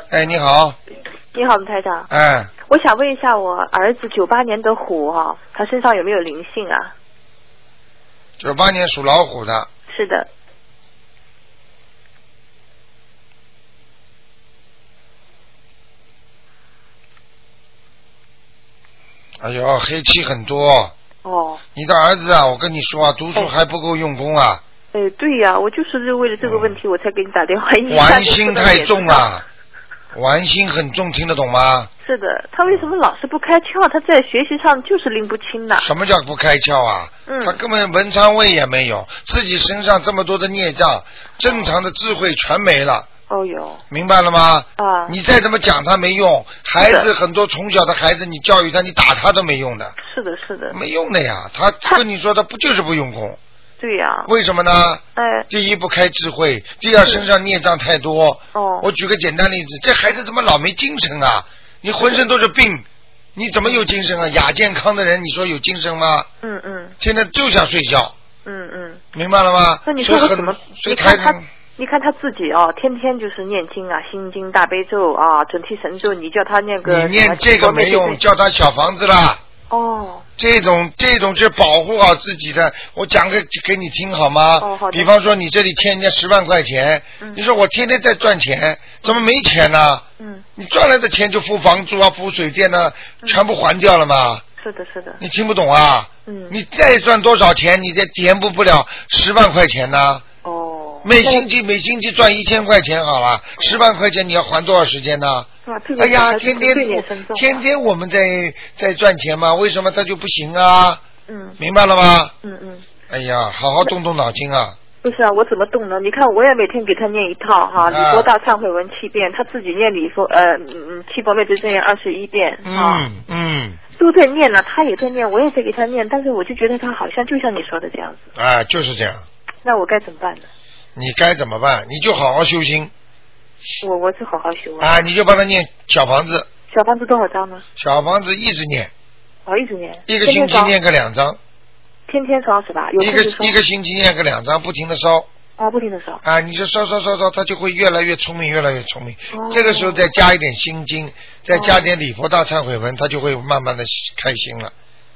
Speaker 1: 哎，你好，
Speaker 4: 你好，吴台长，
Speaker 1: 哎，
Speaker 4: 我想问一下，我儿子九八年的虎哈、他身上有没有灵性啊？
Speaker 1: 九八年属老虎的，
Speaker 4: 是的，
Speaker 1: 哎呦，黑气很多。
Speaker 4: 哦，
Speaker 1: 你的儿子啊，我跟你说啊，读书还不够用功啊，
Speaker 4: 哎，对呀、我就是为了这个问题，我才哎给你打电话。因为他
Speaker 1: 玩心太重啊
Speaker 4: 就是
Speaker 1: 了，玩心很重，听得懂吗？
Speaker 4: 不是的，他为什么老是不开窍？他在学习上就是拎不清呢。
Speaker 1: 什么叫不开窍啊？
Speaker 4: 嗯
Speaker 1: 他根本文昌位也没有，自己身上这么多的孽障，正常的智慧全没了，
Speaker 4: 哦哟，
Speaker 1: 明白了吗？
Speaker 4: 啊，
Speaker 1: 你再怎么讲他没用，孩
Speaker 4: 是
Speaker 1: 子
Speaker 4: 的
Speaker 1: 很多从小的孩子，你教育他，你打他都没用的，
Speaker 4: 是的，是的，
Speaker 1: 没用的呀。他跟你说他不就是不用功，
Speaker 4: 对呀、
Speaker 1: 为什么呢？
Speaker 4: 啊哎，嗯
Speaker 1: 第一不开智慧，第二身上孽障太多。
Speaker 4: 哦，
Speaker 1: 我举个简单例子，这孩子怎么老没精神啊？你浑身都是病，你怎么有精神啊？亚健康的人，你说有精神吗？
Speaker 4: 嗯嗯
Speaker 1: 现在就想睡觉，
Speaker 4: 嗯嗯，
Speaker 1: 明白了吗？
Speaker 4: 那你
Speaker 1: 所
Speaker 4: 说
Speaker 1: 以
Speaker 4: 我
Speaker 1: 很
Speaker 4: 怎么？
Speaker 1: 所以嗯
Speaker 4: 你看
Speaker 1: 台
Speaker 4: 他，你看他自己哦，天天就是念经啊，心经、大悲咒啊，准提神咒，你叫他念个
Speaker 1: 你念这个没用，
Speaker 4: 叫
Speaker 1: 叫他小房子啦。
Speaker 4: 哦，
Speaker 1: 这种这种是保护好自己的，我讲个给你听好吗？
Speaker 4: 哦好的
Speaker 1: 比方说你这里欠人家十万块钱，你说我天天在赚钱，怎么没钱呢？
Speaker 4: 嗯，
Speaker 1: 你赚来的钱就付房租啊，付水电呢、全部还掉了嘛？
Speaker 4: 是的，是的，
Speaker 1: 你听不懂啊？
Speaker 4: 嗯，
Speaker 1: 你再赚多少钱，你也填补不了十万块钱呢？
Speaker 4: 哦，
Speaker 1: 每星期每星期赚一千块钱好了，十万块钱你要还多少时间呢？
Speaker 4: 是吧？这个
Speaker 1: 哎呀，
Speaker 4: 小孩子
Speaker 1: 天天
Speaker 4: 罪孽深重啊
Speaker 1: 天天我们在在赚钱嘛，为什么他就不行啊？
Speaker 4: 嗯，
Speaker 1: 明白了吗？
Speaker 4: 嗯嗯，
Speaker 1: 哎呀，好好动动脑筋啊！
Speaker 4: 不是啊，我怎么动呢？你看，我也每天给他念一套哈，
Speaker 1: 啊
Speaker 4: 礼佛大忏悔文七遍，他自己念礼佛呃嗯嗯七佛灭罪真言二十一遍啊，
Speaker 1: 嗯嗯，
Speaker 4: 都在念呢，他也在念，我也在给他念，但是我就觉得他好像就像你说的这样子，
Speaker 1: 哎，就是这样。
Speaker 4: 那我该怎么办呢？
Speaker 1: 你该怎么办？你就好好修心
Speaker 4: 我我是好好修啊。
Speaker 1: 啊！你就帮他念小房子，
Speaker 4: 小房子多少张呢？哦
Speaker 1: 小房子一直念，
Speaker 4: 我一直念，
Speaker 1: 一个星期念个两张，
Speaker 4: 天天烧，天天烧是吧？有
Speaker 1: 一
Speaker 4: 空
Speaker 1: 个
Speaker 4: 就烧
Speaker 1: 一个星期念个两张，不停的烧
Speaker 4: 啊，不停的烧。
Speaker 1: 啊！你就烧烧烧烧，他就会越来越聪明，越来越聪明。
Speaker 4: 哦
Speaker 1: 这个时候再加一点心经，再加点礼佛大忏悔文，他就会慢慢的开心了。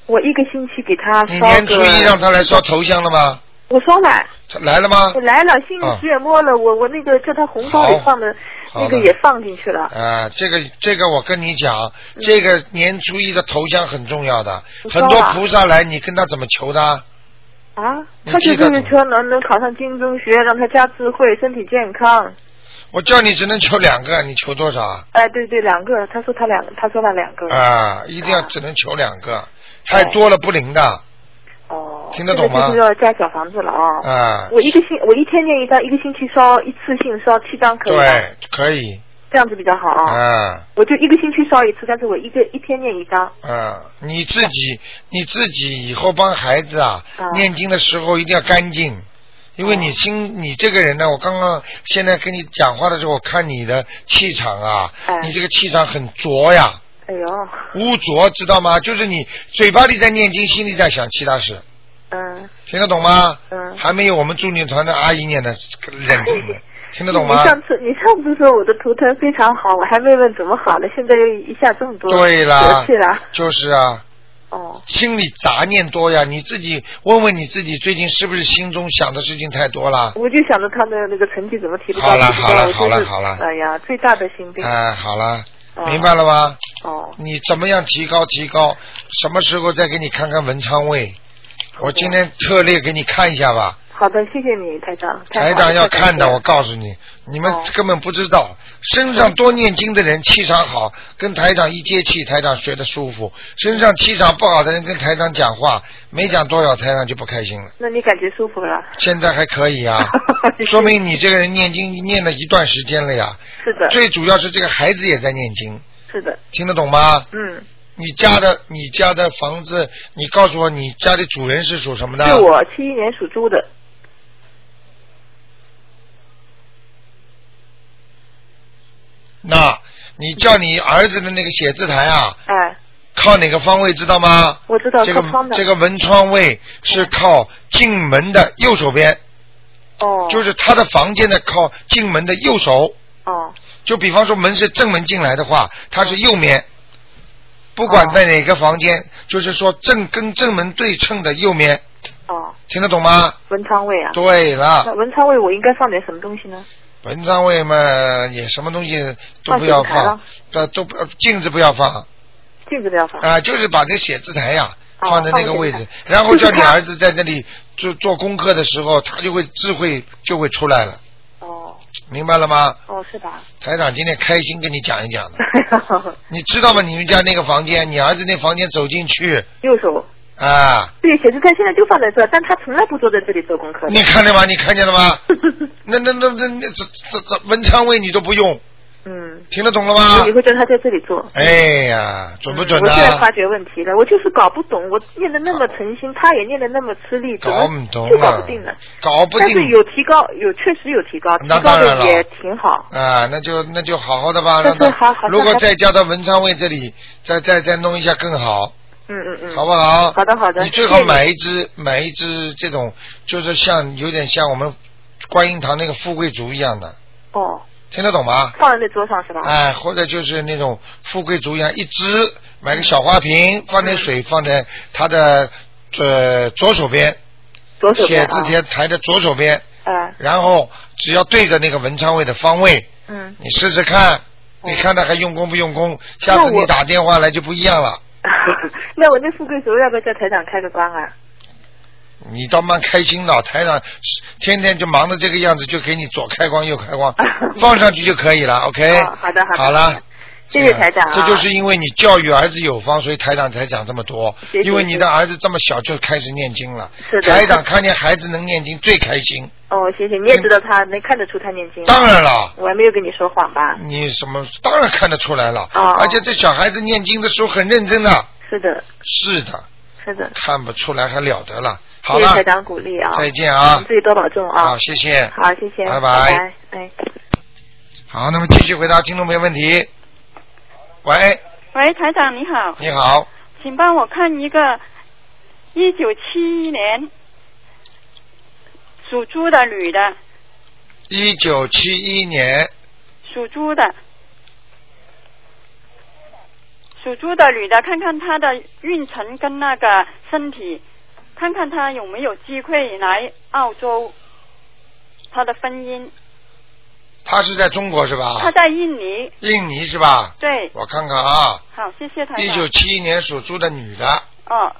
Speaker 4: 我一个星期给他
Speaker 1: 你
Speaker 4: 烧
Speaker 1: 年初
Speaker 4: 个
Speaker 1: 一让他来烧头香了吗？
Speaker 4: 我烧了。
Speaker 1: 他来了吗
Speaker 4: 我？来了，心里
Speaker 1: 啊
Speaker 4: 许也摸了，我我那个叫他红包里放的
Speaker 1: 好
Speaker 4: 那
Speaker 1: 的
Speaker 4: 个也放进去了。
Speaker 1: 啊，这个这个我跟你讲，
Speaker 4: 嗯
Speaker 1: 这个年初一的头香很重要的，
Speaker 4: 你说
Speaker 1: 很
Speaker 4: 吧
Speaker 1: 多菩萨来，你跟他怎么求的？
Speaker 4: 啊，
Speaker 1: 你
Speaker 4: 他就
Speaker 1: 记得
Speaker 4: 是说能能考上精英中学，让他加智慧，身体健康。
Speaker 1: 我叫你只能求两个，你求多少啊？
Speaker 4: 哎，对对，两个，他说他两，他说他两个。
Speaker 1: 啊，一定要只能求两个，太多了不灵的。
Speaker 4: 哦。
Speaker 1: 听得懂吗
Speaker 4: 这个就是要加小房子了啊、
Speaker 1: 啊
Speaker 4: 我一个星，我一天念一张，一个星期烧一次性烧七张可以吗？
Speaker 1: 对，可以，
Speaker 4: 这样子比较好啊。
Speaker 1: 啊
Speaker 4: 我就一个星期烧一次，但是我一个一天念一张。
Speaker 1: 啊，你自己你自己以后帮孩子啊念经的时候一定要干净，因为
Speaker 4: 啊
Speaker 1: 你心你这个人呢，我刚刚现在跟你讲话的时候，我看你的气场啊，你这个气场很浊呀，
Speaker 4: 哎呦，
Speaker 1: 污浊知道吗？就是你嘴巴里在念经，心里在想其他事，
Speaker 4: 嗯
Speaker 1: 听得懂吗？
Speaker 4: 嗯。
Speaker 1: 还没有我们助念团的阿姨念的认真 呢，听得懂吗？
Speaker 4: 你上次你上次说我的图腾非常好，我还没问怎么好了，现在又一下这么多
Speaker 1: 对啦
Speaker 4: 了，气了。，
Speaker 1: 就是啊。
Speaker 4: 哦。
Speaker 1: 心里杂念多呀，你自己问问你自己，最近是不是心中想的事情太多啦？
Speaker 4: 我就想着他的那个成绩怎么提不高，
Speaker 1: 好了
Speaker 4: 提不高
Speaker 1: 好了
Speaker 4: 我真是
Speaker 1: 好了好了
Speaker 4: 哎呀，最大的心病。
Speaker 1: 哎，好了，
Speaker 4: 哦
Speaker 1: 明白了吗？
Speaker 4: 哦，
Speaker 1: 你怎么样提高提高？什么时候再给你看看文昌位？我今
Speaker 4: 哦
Speaker 1: 天特列给你看一下吧，
Speaker 4: 好的，谢谢你，台长。
Speaker 1: 台长要看的，我告诉你，你们
Speaker 4: 哦
Speaker 1: 根本不知道。身上多念经的人气场好，跟台长一接气，台长学的舒服；身上气场不好的人跟台长讲话，没讲多少，台长就不开心了。
Speaker 4: 那你感觉舒服了？
Speaker 1: 现在还可以 啊，说明你这个人念经念了一段时间了呀。
Speaker 4: 是的
Speaker 1: 最主要是这个孩子也在念经，
Speaker 4: 是的，
Speaker 1: 听得懂吗？
Speaker 4: 嗯，
Speaker 1: 你家的你家的房子，你告诉我你家的主人是属什么的？
Speaker 4: 是我七一年属猪的，
Speaker 1: 那，你叫你儿子的那个写字台啊，
Speaker 4: 哎，
Speaker 1: 靠哪个方位知道吗？
Speaker 4: 我知道
Speaker 1: 这个
Speaker 4: 靠窗的哎
Speaker 1: 这个文窗位是靠进门的右手边，
Speaker 4: 哦，
Speaker 1: 就是他的房间的靠进门的右手。
Speaker 4: 哦，
Speaker 1: 就比方说门是正门进来的话，它是右面，不管
Speaker 4: 哦
Speaker 1: 在哪个房间，就是说正跟正门对称的右面，
Speaker 4: 哦，
Speaker 1: 听得懂吗？
Speaker 4: 文昌位啊。
Speaker 1: 对
Speaker 4: 那
Speaker 1: 了，
Speaker 4: 文昌位我应该放点什么东西呢？
Speaker 1: 文章位嘛，也什么东西都不要
Speaker 4: 放
Speaker 1: 放，呃，都不镜子不要放啊、
Speaker 4: 镜子不要放。
Speaker 1: 啊就是把那写字台呀、
Speaker 4: 哦
Speaker 1: 放在那个位
Speaker 4: 放
Speaker 1: 置
Speaker 4: 在，
Speaker 1: 然后叫你儿子在那里 做做功课的时候，他就会智慧就会出来了，
Speaker 4: 哦，
Speaker 1: 明白了吗？
Speaker 4: 哦，是吧？
Speaker 1: 台长今天开心跟你讲一 讲的，你知道吗？你们家那个房间，你儿子那房间走进去
Speaker 4: 右手。
Speaker 1: 啊，
Speaker 4: 对，写字台现在就放在这，但他从来不坐在这里做功课的。
Speaker 1: 你看见吗？你看见了吗？ 那那那那那这这这文昌位你都不用，
Speaker 4: 嗯，
Speaker 1: 听得懂了吗
Speaker 4: 我以？后叫他在这里做。
Speaker 1: 哎呀，准不准啊
Speaker 4: 我
Speaker 1: 呢、
Speaker 4: 现在发觉问题了，我就是搞不懂，我念的那么诚心，他也念的那么吃力，怎
Speaker 1: 搞
Speaker 4: 么
Speaker 1: 不懂
Speaker 4: 就搞
Speaker 1: 啊
Speaker 4: 不定呢？，
Speaker 1: 搞不
Speaker 4: 但
Speaker 1: 定
Speaker 4: 是有提高，有确实有提高，提
Speaker 1: 那
Speaker 4: 高
Speaker 1: 当然了
Speaker 4: 的也挺好。
Speaker 1: 啊，那就那就好好的吧，让
Speaker 4: 但是
Speaker 1: 他
Speaker 4: 好好
Speaker 1: 如果
Speaker 4: 像还
Speaker 1: 再加到文昌位这里，再再再弄一下更好，
Speaker 4: 嗯嗯嗯，
Speaker 1: 好不好？
Speaker 4: 好的好的，
Speaker 1: 你最好买
Speaker 4: 谢谢
Speaker 1: 一只买一只这种，就是像有点像我们观音堂那个富贵竹一样的，
Speaker 4: 你哦，
Speaker 1: 听得懂吗？
Speaker 4: 放在那桌上是吧？
Speaker 1: 哎，或者就是那种富贵竹一样，一只买个小花瓶，放
Speaker 4: 嗯
Speaker 1: 点水，放在他的呃左手边，
Speaker 4: 左手边
Speaker 1: 写
Speaker 4: 啊
Speaker 1: 字台台的左手边，
Speaker 4: 哎，
Speaker 1: 然后只要对着那个文昌位的方位，
Speaker 4: 嗯，
Speaker 1: 你试试看，你看他还用功不用功？下次
Speaker 4: 那我
Speaker 1: 你打电话来就不一样 了，
Speaker 4: 那我那富贵竹要不要叫台长开个光啊？
Speaker 1: 你倒蛮开心的，台长天天就忙着这个样子，就给你左开光右开 光，放上去就可以了，OK？、
Speaker 4: 哦好的好的
Speaker 1: 好了。嗯
Speaker 4: 谢谢台长啊
Speaker 1: 这就是因为你教育儿子有方，所以台长才讲这么多。
Speaker 4: 谢谢
Speaker 1: 因为你的儿子这么小就开始念经了，
Speaker 4: 是的
Speaker 1: 台长看见孩子能念经最开心。
Speaker 4: 哦，谢谢，你也知道他能看得出他念经。啊
Speaker 1: 当然了
Speaker 4: 我还没有跟你说谎吧？
Speaker 1: 你什么当然看得出来了，
Speaker 4: 哦
Speaker 1: 而且这小孩子念经的时候很认真的。
Speaker 4: 是的，
Speaker 1: 是的，
Speaker 4: 是的。
Speaker 1: 看不出来还了得了。好
Speaker 4: 谢
Speaker 1: 了
Speaker 4: 谢，台长鼓励啊！
Speaker 1: 再见啊
Speaker 4: 嗯自己多保重啊！
Speaker 1: 好，谢谢。
Speaker 4: 好，谢谢，
Speaker 1: 拜
Speaker 4: 拜
Speaker 1: 拜
Speaker 4: 拜哎
Speaker 1: 好，那么继续回答听众朋友问题。喂，
Speaker 11: 喂，台长你好，
Speaker 1: 你好，
Speaker 11: 请帮我看一个一九七一年属猪的女的，
Speaker 1: 一九七一年
Speaker 11: 属猪的，属猪的女的，看看她的运程跟那个身体，看看她有没有机会来澳洲，她的婚姻，
Speaker 1: 他是在中国是吧？
Speaker 11: 她在印尼，
Speaker 1: 印尼是吧？
Speaker 11: 对，
Speaker 1: 啊我看看啊，
Speaker 11: 好，谢谢台
Speaker 1: 一
Speaker 11: 长。
Speaker 1: 九七一年属猪的女的，
Speaker 11: 哦，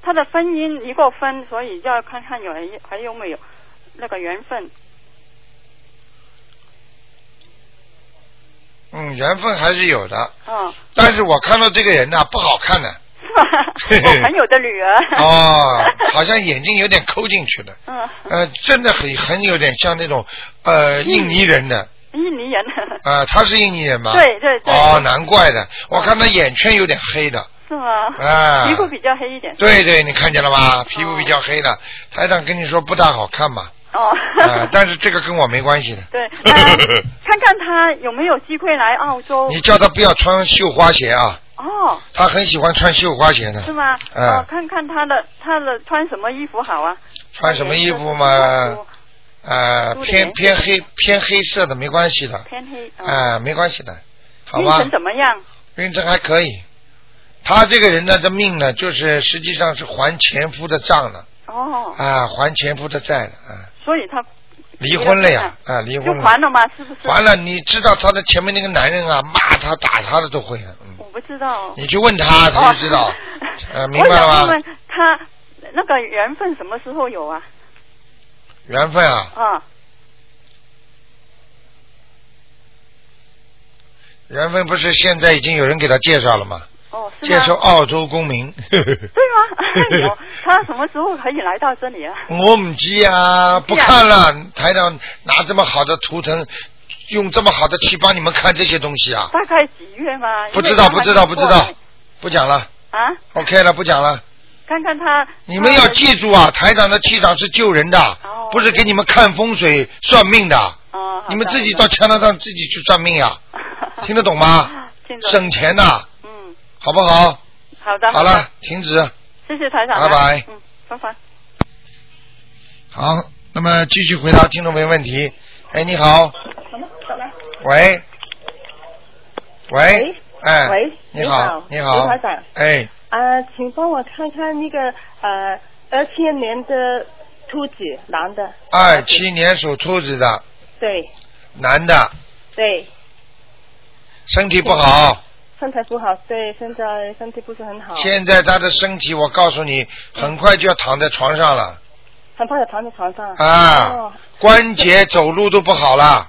Speaker 11: 他的婚姻离过婚，所以要看看有人还有没有那个缘分。
Speaker 1: 嗯，缘分还是有的，
Speaker 11: 哦，
Speaker 1: 嗯
Speaker 4: 嗯
Speaker 11: 啊
Speaker 1: 但是我看到这个人呐、不好看的，
Speaker 11: 我朋友的女儿。
Speaker 1: 哦，好像眼睛有点抠进去了，
Speaker 11: 嗯，
Speaker 1: 呃，真的很很有点像那种呃印尼人的，
Speaker 11: 印尼人。
Speaker 1: 啊、他是印尼人吗？
Speaker 11: 对对对
Speaker 1: 哦，难怪的，我看他眼圈有点黑的。
Speaker 11: 是吗？
Speaker 1: 啊
Speaker 11: 皮肤比较黑一点。
Speaker 1: 对。对，你看见了吧？皮肤比较黑的，台长跟你说不大好看 嘛。
Speaker 11: 哦。
Speaker 1: 啊，但是这个跟我没关 系的。
Speaker 11: 对，呃看看他有没有机会来澳 洲。
Speaker 1: 你叫他不要穿绣花鞋啊，
Speaker 11: 哦，
Speaker 1: 他很喜欢穿绣花鞋的
Speaker 11: 是。吗？
Speaker 1: 嗯
Speaker 11: 哦，看看他的他的穿什么衣服好啊？
Speaker 1: 穿什么衣服嘛？呃，
Speaker 11: 都
Speaker 1: 偏
Speaker 11: 连
Speaker 1: 偏黑偏黑色的没关系的，
Speaker 11: 偏黑。
Speaker 1: 啊、
Speaker 11: 嗯
Speaker 1: 没关系的，好
Speaker 11: 运
Speaker 1: 吧
Speaker 11: 程？怎么样？
Speaker 1: 运程还可以。他这个人呢，这命呢，就是实际上是还前夫的账了，
Speaker 11: 哦，
Speaker 1: 啊，还前夫的债了，啊，
Speaker 11: 所以他
Speaker 1: 离婚了呀，啊，离
Speaker 11: 就
Speaker 1: 婚了。
Speaker 11: 还了吗？是不是？
Speaker 1: 完了，你知道他的前面那个男人啊，骂他打他的都会了，嗯
Speaker 11: 我不知道。哦
Speaker 1: 你去问他他就知 道，呃，明白了
Speaker 11: 我想
Speaker 1: 吗？
Speaker 11: 问问他那个缘分什么时候有啊？
Speaker 1: 缘分啊，
Speaker 11: 啊，
Speaker 1: 缘分不是现在已经有人给他介绍了吗？
Speaker 11: 哦，是
Speaker 1: 介
Speaker 11: 吗？
Speaker 1: 绍澳洲公 民。
Speaker 11: 对吗？有哎他什么时候可以来到这里啊？
Speaker 1: 我唔知啊，不看了。台长拿这么好的图腾，用这么好的气帮你们看这些东西啊？
Speaker 11: 大概几月嘛？
Speaker 1: 不知道，
Speaker 11: 因为
Speaker 1: 不知
Speaker 11: 他
Speaker 1: 道，
Speaker 11: 还
Speaker 1: 不
Speaker 11: 没
Speaker 1: 知
Speaker 11: 过来
Speaker 1: 道，不讲了
Speaker 11: 啊！
Speaker 1: ，OK 了，不讲了。
Speaker 11: 看看他，
Speaker 1: 你们要记住啊，台长的气场是救人的，
Speaker 11: 哦
Speaker 1: 不是给你们看风水算命的。你们自己到加拿大自己去算命 呀，听得懂吗？
Speaker 11: 听懂
Speaker 1: 省钱呐。嗯。好不好？
Speaker 11: 好的，
Speaker 1: 好
Speaker 11: 的
Speaker 1: 了，，停止。
Speaker 11: 谢谢台长啊，
Speaker 1: 拜拜
Speaker 11: 嗯，拜拜。
Speaker 1: 好，那么继续回答听众朋友问题。哎，你好，喂，喂，哎，
Speaker 12: 喂，
Speaker 1: 你
Speaker 12: 好
Speaker 1: 好，，你好
Speaker 12: 刘台长，
Speaker 1: 哎，
Speaker 12: 啊，请帮我看看那个呃二千年的兔子，男的，
Speaker 1: 二七年属兔子的
Speaker 12: 对
Speaker 1: 男的，
Speaker 12: 对，
Speaker 1: 身体不好，
Speaker 12: 身材不好，对，现在身体不是很好，
Speaker 1: 现在他的身体，我告诉你，很快就要躺在床上了，
Speaker 12: 很快就躺在床上
Speaker 1: 啊
Speaker 12: 哦，
Speaker 1: 关节走路都不好了，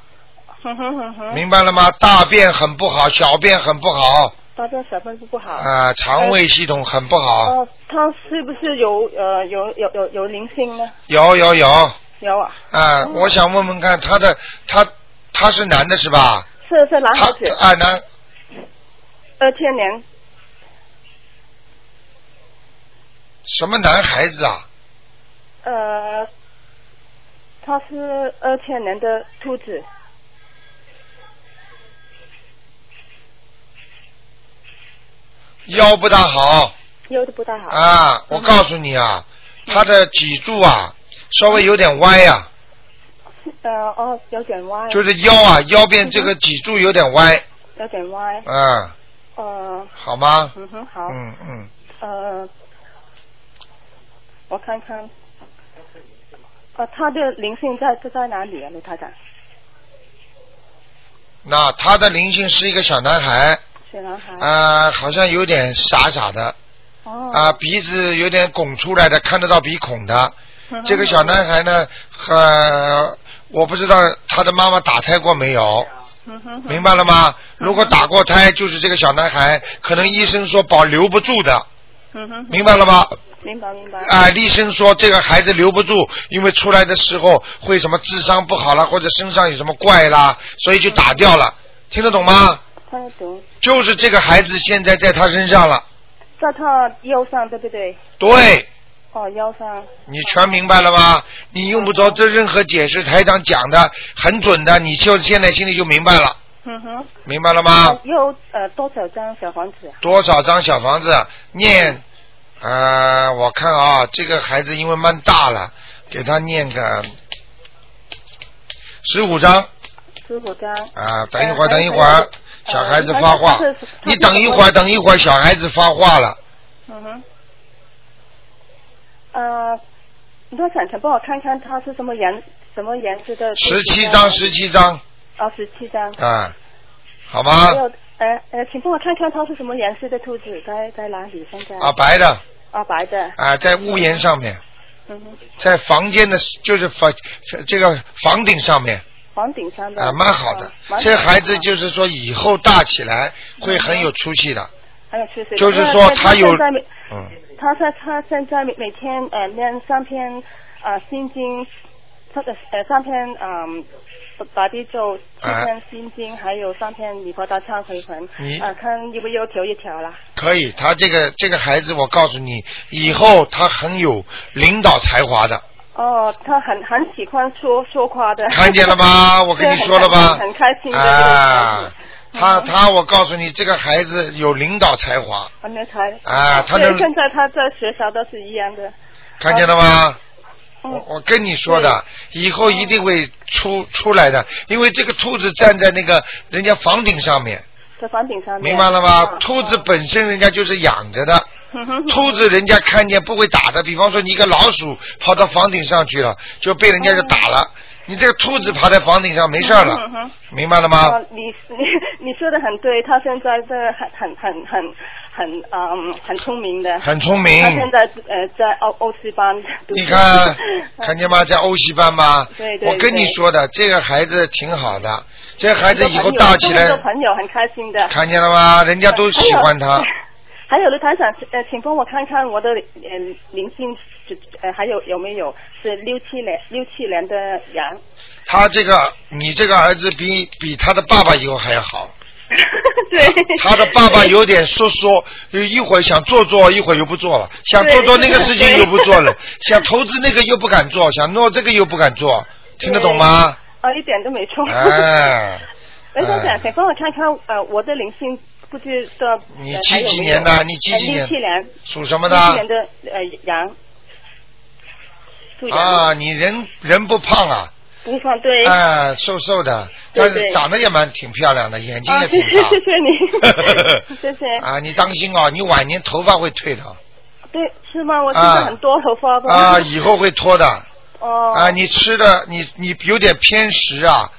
Speaker 12: 哼哼哼哼，
Speaker 1: 明白了吗？大便很不好，小便很不好，
Speaker 12: 大便小便都不好
Speaker 1: 啊，肠胃系统很不好，
Speaker 12: 哦，他是不是有呃有有有有灵性呢？
Speaker 1: 有有有。
Speaker 12: 有啊，
Speaker 1: 啊，我想问问看，他的他他是男的是吧？
Speaker 12: 是是男孩子，
Speaker 1: 啊，男
Speaker 12: 二千年
Speaker 1: 什么男孩子啊？
Speaker 12: 呃，他是二千年的兔子，
Speaker 1: 腰不大好
Speaker 12: 腰都不大好
Speaker 1: 啊！我告诉你啊，他的脊柱啊稍微有点歪啊，
Speaker 12: 呃哦，有点歪。
Speaker 1: 就是腰啊腰边这个脊柱有点歪
Speaker 12: 有点歪。
Speaker 1: 啊，
Speaker 12: 呃。
Speaker 1: 好吗？
Speaker 12: 嗯哼，好。
Speaker 1: 嗯嗯，
Speaker 12: 呃，我看看。呃，他的灵性在是在哪里啊，刘台长？
Speaker 1: 那他的灵性是一个小男孩
Speaker 12: 小男孩。
Speaker 1: 啊，好像有点傻傻的
Speaker 2: Oh.
Speaker 12: 哦。
Speaker 2: 嗯
Speaker 1: 啊，鼻子有点拱出来的，看得到鼻孔的。这个小男
Speaker 12: 孩。
Speaker 1: 孩呢，呃，我不知道他的妈妈打胎过没有，
Speaker 12: 嗯哼。
Speaker 1: 明白了吗？如果打过胎，就是这个小男孩，可能医生说保留不住的，
Speaker 12: 嗯哼。
Speaker 1: 明白了吗？
Speaker 12: 明白明白。
Speaker 1: 啊、医生说这个孩子留不住，因为出来的时候会什么智商不好啦，或者身上有什么怪啦，所以就打掉了，听得懂吗？
Speaker 12: 他的毒
Speaker 1: 就是这个孩子现在在他身上了，
Speaker 12: 在他腰上，对不对？
Speaker 1: 对。
Speaker 12: 哦，腰上。
Speaker 1: 你全明白了吗？你用不着
Speaker 12: 嗯
Speaker 1: 这任何解释，台长讲的很准的，你就现在心里就明白了，
Speaker 12: 嗯哼。
Speaker 1: 明白了吗？
Speaker 12: 又呃多少张小房子啊？
Speaker 1: 多少张小房子念？呃，我看啊，这个孩子因为蛮大了，给他念个十五张
Speaker 12: 十五张。
Speaker 1: 啊。等一会儿，
Speaker 12: 呃
Speaker 1: 等一会儿，
Speaker 12: 呃
Speaker 1: 小孩子发话
Speaker 12: 他是他是，
Speaker 1: 你等一会儿，等一会儿，小孩子发话了。
Speaker 12: 嗯哼。呃，那想想帮我看看它是什么颜什么颜色的？
Speaker 1: 十七张，十七张
Speaker 12: 哦，十七张。
Speaker 1: 啊，好吗
Speaker 12: 还？有，呃呃，请帮我看看它是什么颜色的兔子，在在哪里？现在。
Speaker 1: 啊，白的
Speaker 12: 啊，白的。
Speaker 1: 啊，在屋檐上面。
Speaker 12: 嗯哼，
Speaker 1: 在房间的，就是房这个房顶上面
Speaker 12: 房顶上的。
Speaker 1: 啊，蛮好的
Speaker 12: 嗯啊蛮。
Speaker 1: 这孩子就是说以后大起来会很有出息的，
Speaker 12: 还有缺水。
Speaker 1: 就是说他
Speaker 12: 他
Speaker 1: 有
Speaker 12: 现在每
Speaker 1: 嗯，
Speaker 12: 他说他现在每每天呃念三篇呃心经，这个呃三篇嗯。把地咒七篇心经，还有三篇礼佛大忏悔文
Speaker 1: 啊你，
Speaker 12: 啊，看有没有调一调啦。
Speaker 1: 可以，他这个这个孩子，我告诉你，以后他很有领导才华的。
Speaker 12: 哦，他很很喜欢说说话的。
Speaker 1: 看见了吗？ 我跟你说了吧，
Speaker 12: 对很开心很开心的。
Speaker 1: 啊，他他，我告诉你，这个孩子有领导才华，
Speaker 12: 还没才
Speaker 1: 啊他
Speaker 12: 对
Speaker 1: 能
Speaker 12: 现在他在学校都是一样的。
Speaker 1: 看见了吗？
Speaker 12: 嗯
Speaker 1: 我我跟你说的，以后一定会出出来的，因为这个兔子站在那个人家房顶上面，
Speaker 12: 在房顶上面。
Speaker 1: 明白了吗？
Speaker 12: 嗯
Speaker 1: 兔子本身人家就是养着 的，
Speaker 12: 嗯哼
Speaker 1: 兔子人家看见不会打的，比方说你一个老鼠跑到房顶上去了，就被人家就打了。你这个兔子爬在房顶上没事 儿了，
Speaker 12: 嗯哼
Speaker 1: 明白了吗？
Speaker 12: 哦你你 你说的很对，他现在是很很很很很嗯很聪明的。
Speaker 1: 很聪明
Speaker 12: 他现在呃在欧欧西班读
Speaker 1: 你
Speaker 12: 书。
Speaker 1: 看，看见吗？在欧西班吧，
Speaker 12: 对对
Speaker 1: 我跟你
Speaker 12: 对
Speaker 1: 说的，这个孩子挺好的，这个孩子以后大起
Speaker 12: 很多
Speaker 1: 来，
Speaker 12: 朋友很开心的。
Speaker 1: 看见了吗？人家都喜欢他。
Speaker 12: 还有刘 台长，呃，请帮我看看我的呃灵性，呃，还有有没有是六七年六七年的羊？
Speaker 1: 他这个，你这个儿子比比他的爸爸以后还要好。
Speaker 12: 对。
Speaker 1: 他的爸爸有点说说，一会儿想做做，一会儿又不做了；想做做那个事情又不做了，想投资那个又不敢做，想弄这个又不敢做，听得懂吗？
Speaker 12: 啊，一点都没错。
Speaker 1: 哎，
Speaker 12: 刘台
Speaker 1: 哎
Speaker 12: 长，请帮我看看呃我的灵性不知道。
Speaker 1: 你
Speaker 12: 呃
Speaker 1: 几
Speaker 12: 还有
Speaker 1: 几
Speaker 12: 没有
Speaker 1: 年的你几几
Speaker 12: 呃
Speaker 1: 年
Speaker 12: 六七年。
Speaker 1: 属什么
Speaker 12: 六七
Speaker 1: 的？
Speaker 12: 年的呃羊。属羊。
Speaker 1: 啊，你人人不胖啊？
Speaker 12: 不放对。
Speaker 1: 哎，瘦瘦的，
Speaker 12: 对
Speaker 1: 但
Speaker 12: 对
Speaker 1: 是长得也蛮挺漂亮的，眼睛
Speaker 12: 啊，
Speaker 1: 也
Speaker 12: 谢
Speaker 1: 挺
Speaker 12: 谢谢 谢
Speaker 1: 大。
Speaker 12: 你，谢谢。
Speaker 1: 啊，你当心哦，你晚年头发会退
Speaker 12: 哦
Speaker 1: 的
Speaker 12: 对，是吗？我现在很多头发吧。
Speaker 1: 啊，以后会脱的
Speaker 12: 哦。
Speaker 1: 啊。你吃的你你有点偏食啊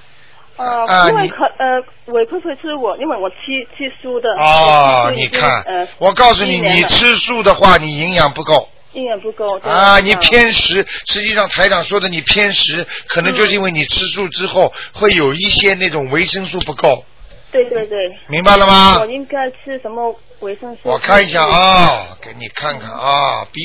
Speaker 12: 哦、
Speaker 1: 啊
Speaker 12: 因为
Speaker 1: 你
Speaker 12: 可呃，我会不会是我，因为我吃吃素的。
Speaker 1: 哦
Speaker 12: 我，吃素已
Speaker 1: 你
Speaker 12: 经
Speaker 1: 看
Speaker 12: 呃，，
Speaker 1: 我告诉你，
Speaker 12: 一年
Speaker 1: 你
Speaker 12: 了
Speaker 1: 吃素的话，你营养不够
Speaker 12: 营养不够。对哦
Speaker 1: 啊，
Speaker 12: 营
Speaker 1: 你
Speaker 12: 养
Speaker 1: 偏食。实际上台长说的你偏食，可能
Speaker 12: 嗯
Speaker 1: 就是因为你吃素之后会有一些那种维生素不够。
Speaker 12: 对对对。
Speaker 1: 明白了吗
Speaker 12: 我应该吃什么维生素？
Speaker 1: 我看一下啊、给你看看
Speaker 12: 嗯
Speaker 1: 啊，B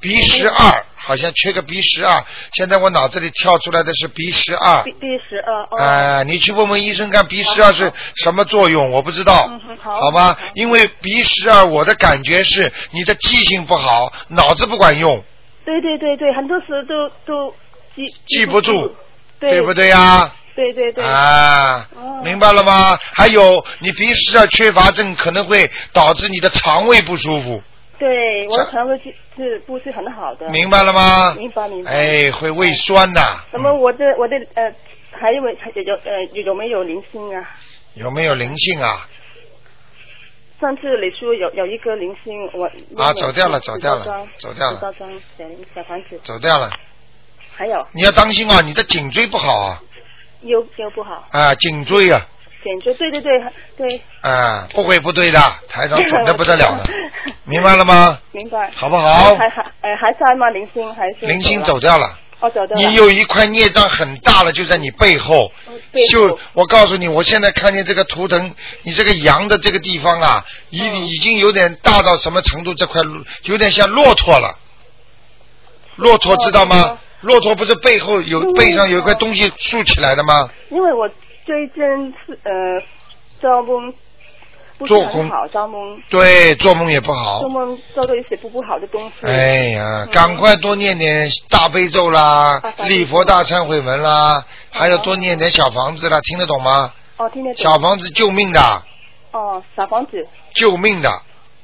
Speaker 1: B 十二，好像缺个 B 十二。现在我脑子里跳出来的是 B 十二
Speaker 12: B，B 十二哦。
Speaker 1: 哎，你去问问医生看 B 十二是什么作用，我不知道，
Speaker 12: 嗯好
Speaker 1: 好吧？因为 B 十二，我的感觉是你的记性不好，脑子不管用，
Speaker 12: 对对对对，很多时候都都记
Speaker 1: 记不住，
Speaker 12: 对
Speaker 1: 对不对呀？
Speaker 12: 对对哦对。
Speaker 1: 啊，明白了吗？还有，你 B 十二缺乏症可能会导致你的肠胃不舒服。
Speaker 12: 对，我的肠胃是是不是很好的？
Speaker 1: 明白了吗
Speaker 12: 明白明白。
Speaker 1: 哎，会胃酸的，
Speaker 12: 那么我的我的呃，还有没还有有呃有有没有零星啊？
Speaker 1: 有没有灵性啊？
Speaker 12: 上次你说有有一个零星，我
Speaker 1: 啊走掉了走掉了
Speaker 12: 十
Speaker 1: 走
Speaker 12: 多张
Speaker 1: 掉了
Speaker 12: 十多张小林小房子，
Speaker 1: 走掉了，
Speaker 12: 还有
Speaker 1: 你要当心啊，你的颈椎不好啊，
Speaker 12: 腰腰不好，
Speaker 1: 啊，颈椎啊，
Speaker 12: 颈椎对对对对，
Speaker 1: 啊，不会不对的，台 长准的不得了的，啊明白了吗？
Speaker 12: 明白。
Speaker 1: 好不 好
Speaker 12: 还还呃还在吗？零星还是
Speaker 1: 灵性走掉了，
Speaker 12: 哦走掉了。
Speaker 1: 你有一块孽障很大的就在你背后，
Speaker 12: 哦背后
Speaker 1: 就我告诉你，我现在看见这个图腾，你这个羊的这个地方啊，已
Speaker 12: 哦
Speaker 1: 已经有点大到什么程度？这块鹿有点像骆驼了，骆驼知道吗？骆驼不是背后有
Speaker 12: 嗯
Speaker 1: 背上有一块东西竖起来的吗？
Speaker 12: 因为我最近是呃做梦不是
Speaker 1: 做
Speaker 12: 很
Speaker 1: 工
Speaker 12: 好，做梦
Speaker 1: 对，做梦也不好
Speaker 12: 做。梦做到一些不不好的东西。
Speaker 1: 哎呀，赶快多念点大悲咒啦
Speaker 12: 大悲咒，
Speaker 1: 礼佛大忏悔文啦，还要多念点小房子啦，听得懂吗？
Speaker 12: 哦，听得懂。
Speaker 1: 小房子救命的，
Speaker 12: 哦，小房子，
Speaker 1: 救命的。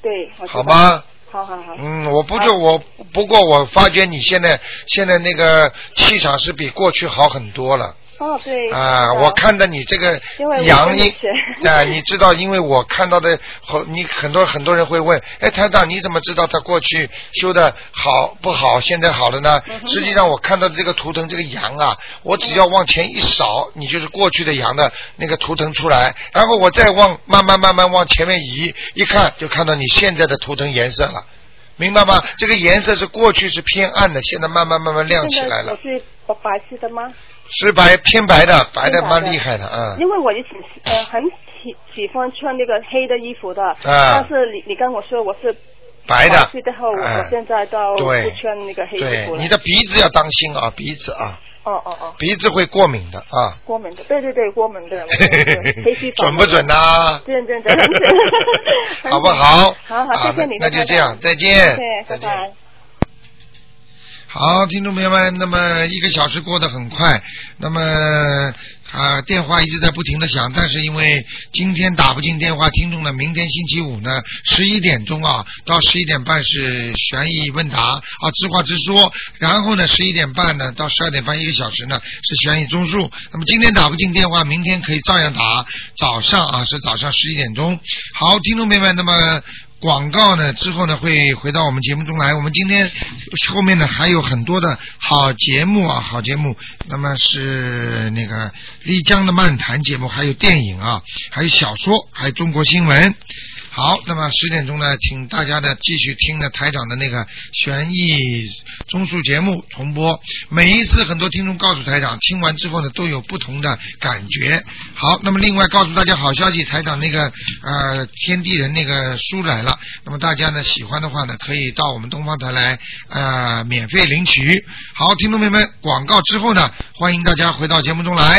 Speaker 12: 对，我知道
Speaker 1: 好吗？
Speaker 12: 好好好。
Speaker 1: 嗯，我不就我不过我发觉你现在现在那个气场是比过去好很多了
Speaker 12: 哦，对。
Speaker 1: 啊！
Speaker 12: 知道
Speaker 1: 我看到你这个
Speaker 12: 因为我
Speaker 1: 阳
Speaker 12: 真
Speaker 1: 一
Speaker 12: 的是
Speaker 1: 啊，你知道，因为我看到的很，你很多很多人会问，哎，台长你怎么知道他过去修的好不好，现在好了呢？
Speaker 12: 嗯
Speaker 1: 实际上我看到这个图腾这个羊啊，我只要往前一扫，你就是过去的羊的那个图腾出来，然后我再往慢慢慢慢往前面移，一看就看到你现在的图腾颜色了。明白
Speaker 12: 嗯
Speaker 1: 吗？这个颜色是过去是偏暗的，现在慢慢慢慢亮起
Speaker 12: 现在
Speaker 1: 来
Speaker 12: 我
Speaker 1: 了，
Speaker 12: 是白白色的吗？
Speaker 1: 是白偏白的，白的
Speaker 12: 明白
Speaker 1: 蛮厉害的，嗯。
Speaker 12: 因为我以前是呃很喜喜欢穿那个黑的衣服的，
Speaker 1: 啊
Speaker 12: 但是你你跟我说我是
Speaker 1: 白的
Speaker 12: 去之后我
Speaker 1: 哎
Speaker 12: 我现在都不
Speaker 1: 对
Speaker 12: 穿那个黑衣
Speaker 1: 对
Speaker 12: 服，了。
Speaker 1: 你的鼻子要当心啊，鼻子啊，
Speaker 12: 哦哦哦，
Speaker 1: 鼻子会过敏的啊。
Speaker 12: 郭门的，对对对，郭门的，我对黑须发
Speaker 1: 准不准呐
Speaker 12: 准准 准，很准很 准
Speaker 1: 好不好
Speaker 12: 好好，
Speaker 1: 好
Speaker 12: 谢谢你，
Speaker 1: 那那就
Speaker 12: 台长
Speaker 1: 这样再见
Speaker 12: 谢谢，拜拜。
Speaker 1: 好，听众朋友们，那么一个小时过得很快，那么啊、电话一直在不停的响，但是因为今天打不进电话，听众呢，明天星期五呢，十一点钟啊到十一点半是悬疑问答啊，直话直说，然后呢，十一点半呢到十二点半一个小时呢是悬疑综述。那么今天打不进电话，明天可以照样打，早上啊是早上十一点钟。好，听众朋友们，那么广告呢之后呢会回到我们节目中来。我们今天后面呢还有很多的好节目啊，好节目。那么是那个丽江的漫谈节目，还有电影啊，还有小说，还有中国新闻。好，那么十点钟呢，请大家呢继续听呢台长的那个悬疑综述节目重播。每一次很多听众告诉台长，听完之后呢都有不同的感觉。好，那么另外告诉大家好消息，台长那个呃天地人那个书来了，那么大家呢喜欢的话呢，可以到我们东方台来呃免费领取。好，听众朋友们，广告之后呢，欢迎大家回到节目中来。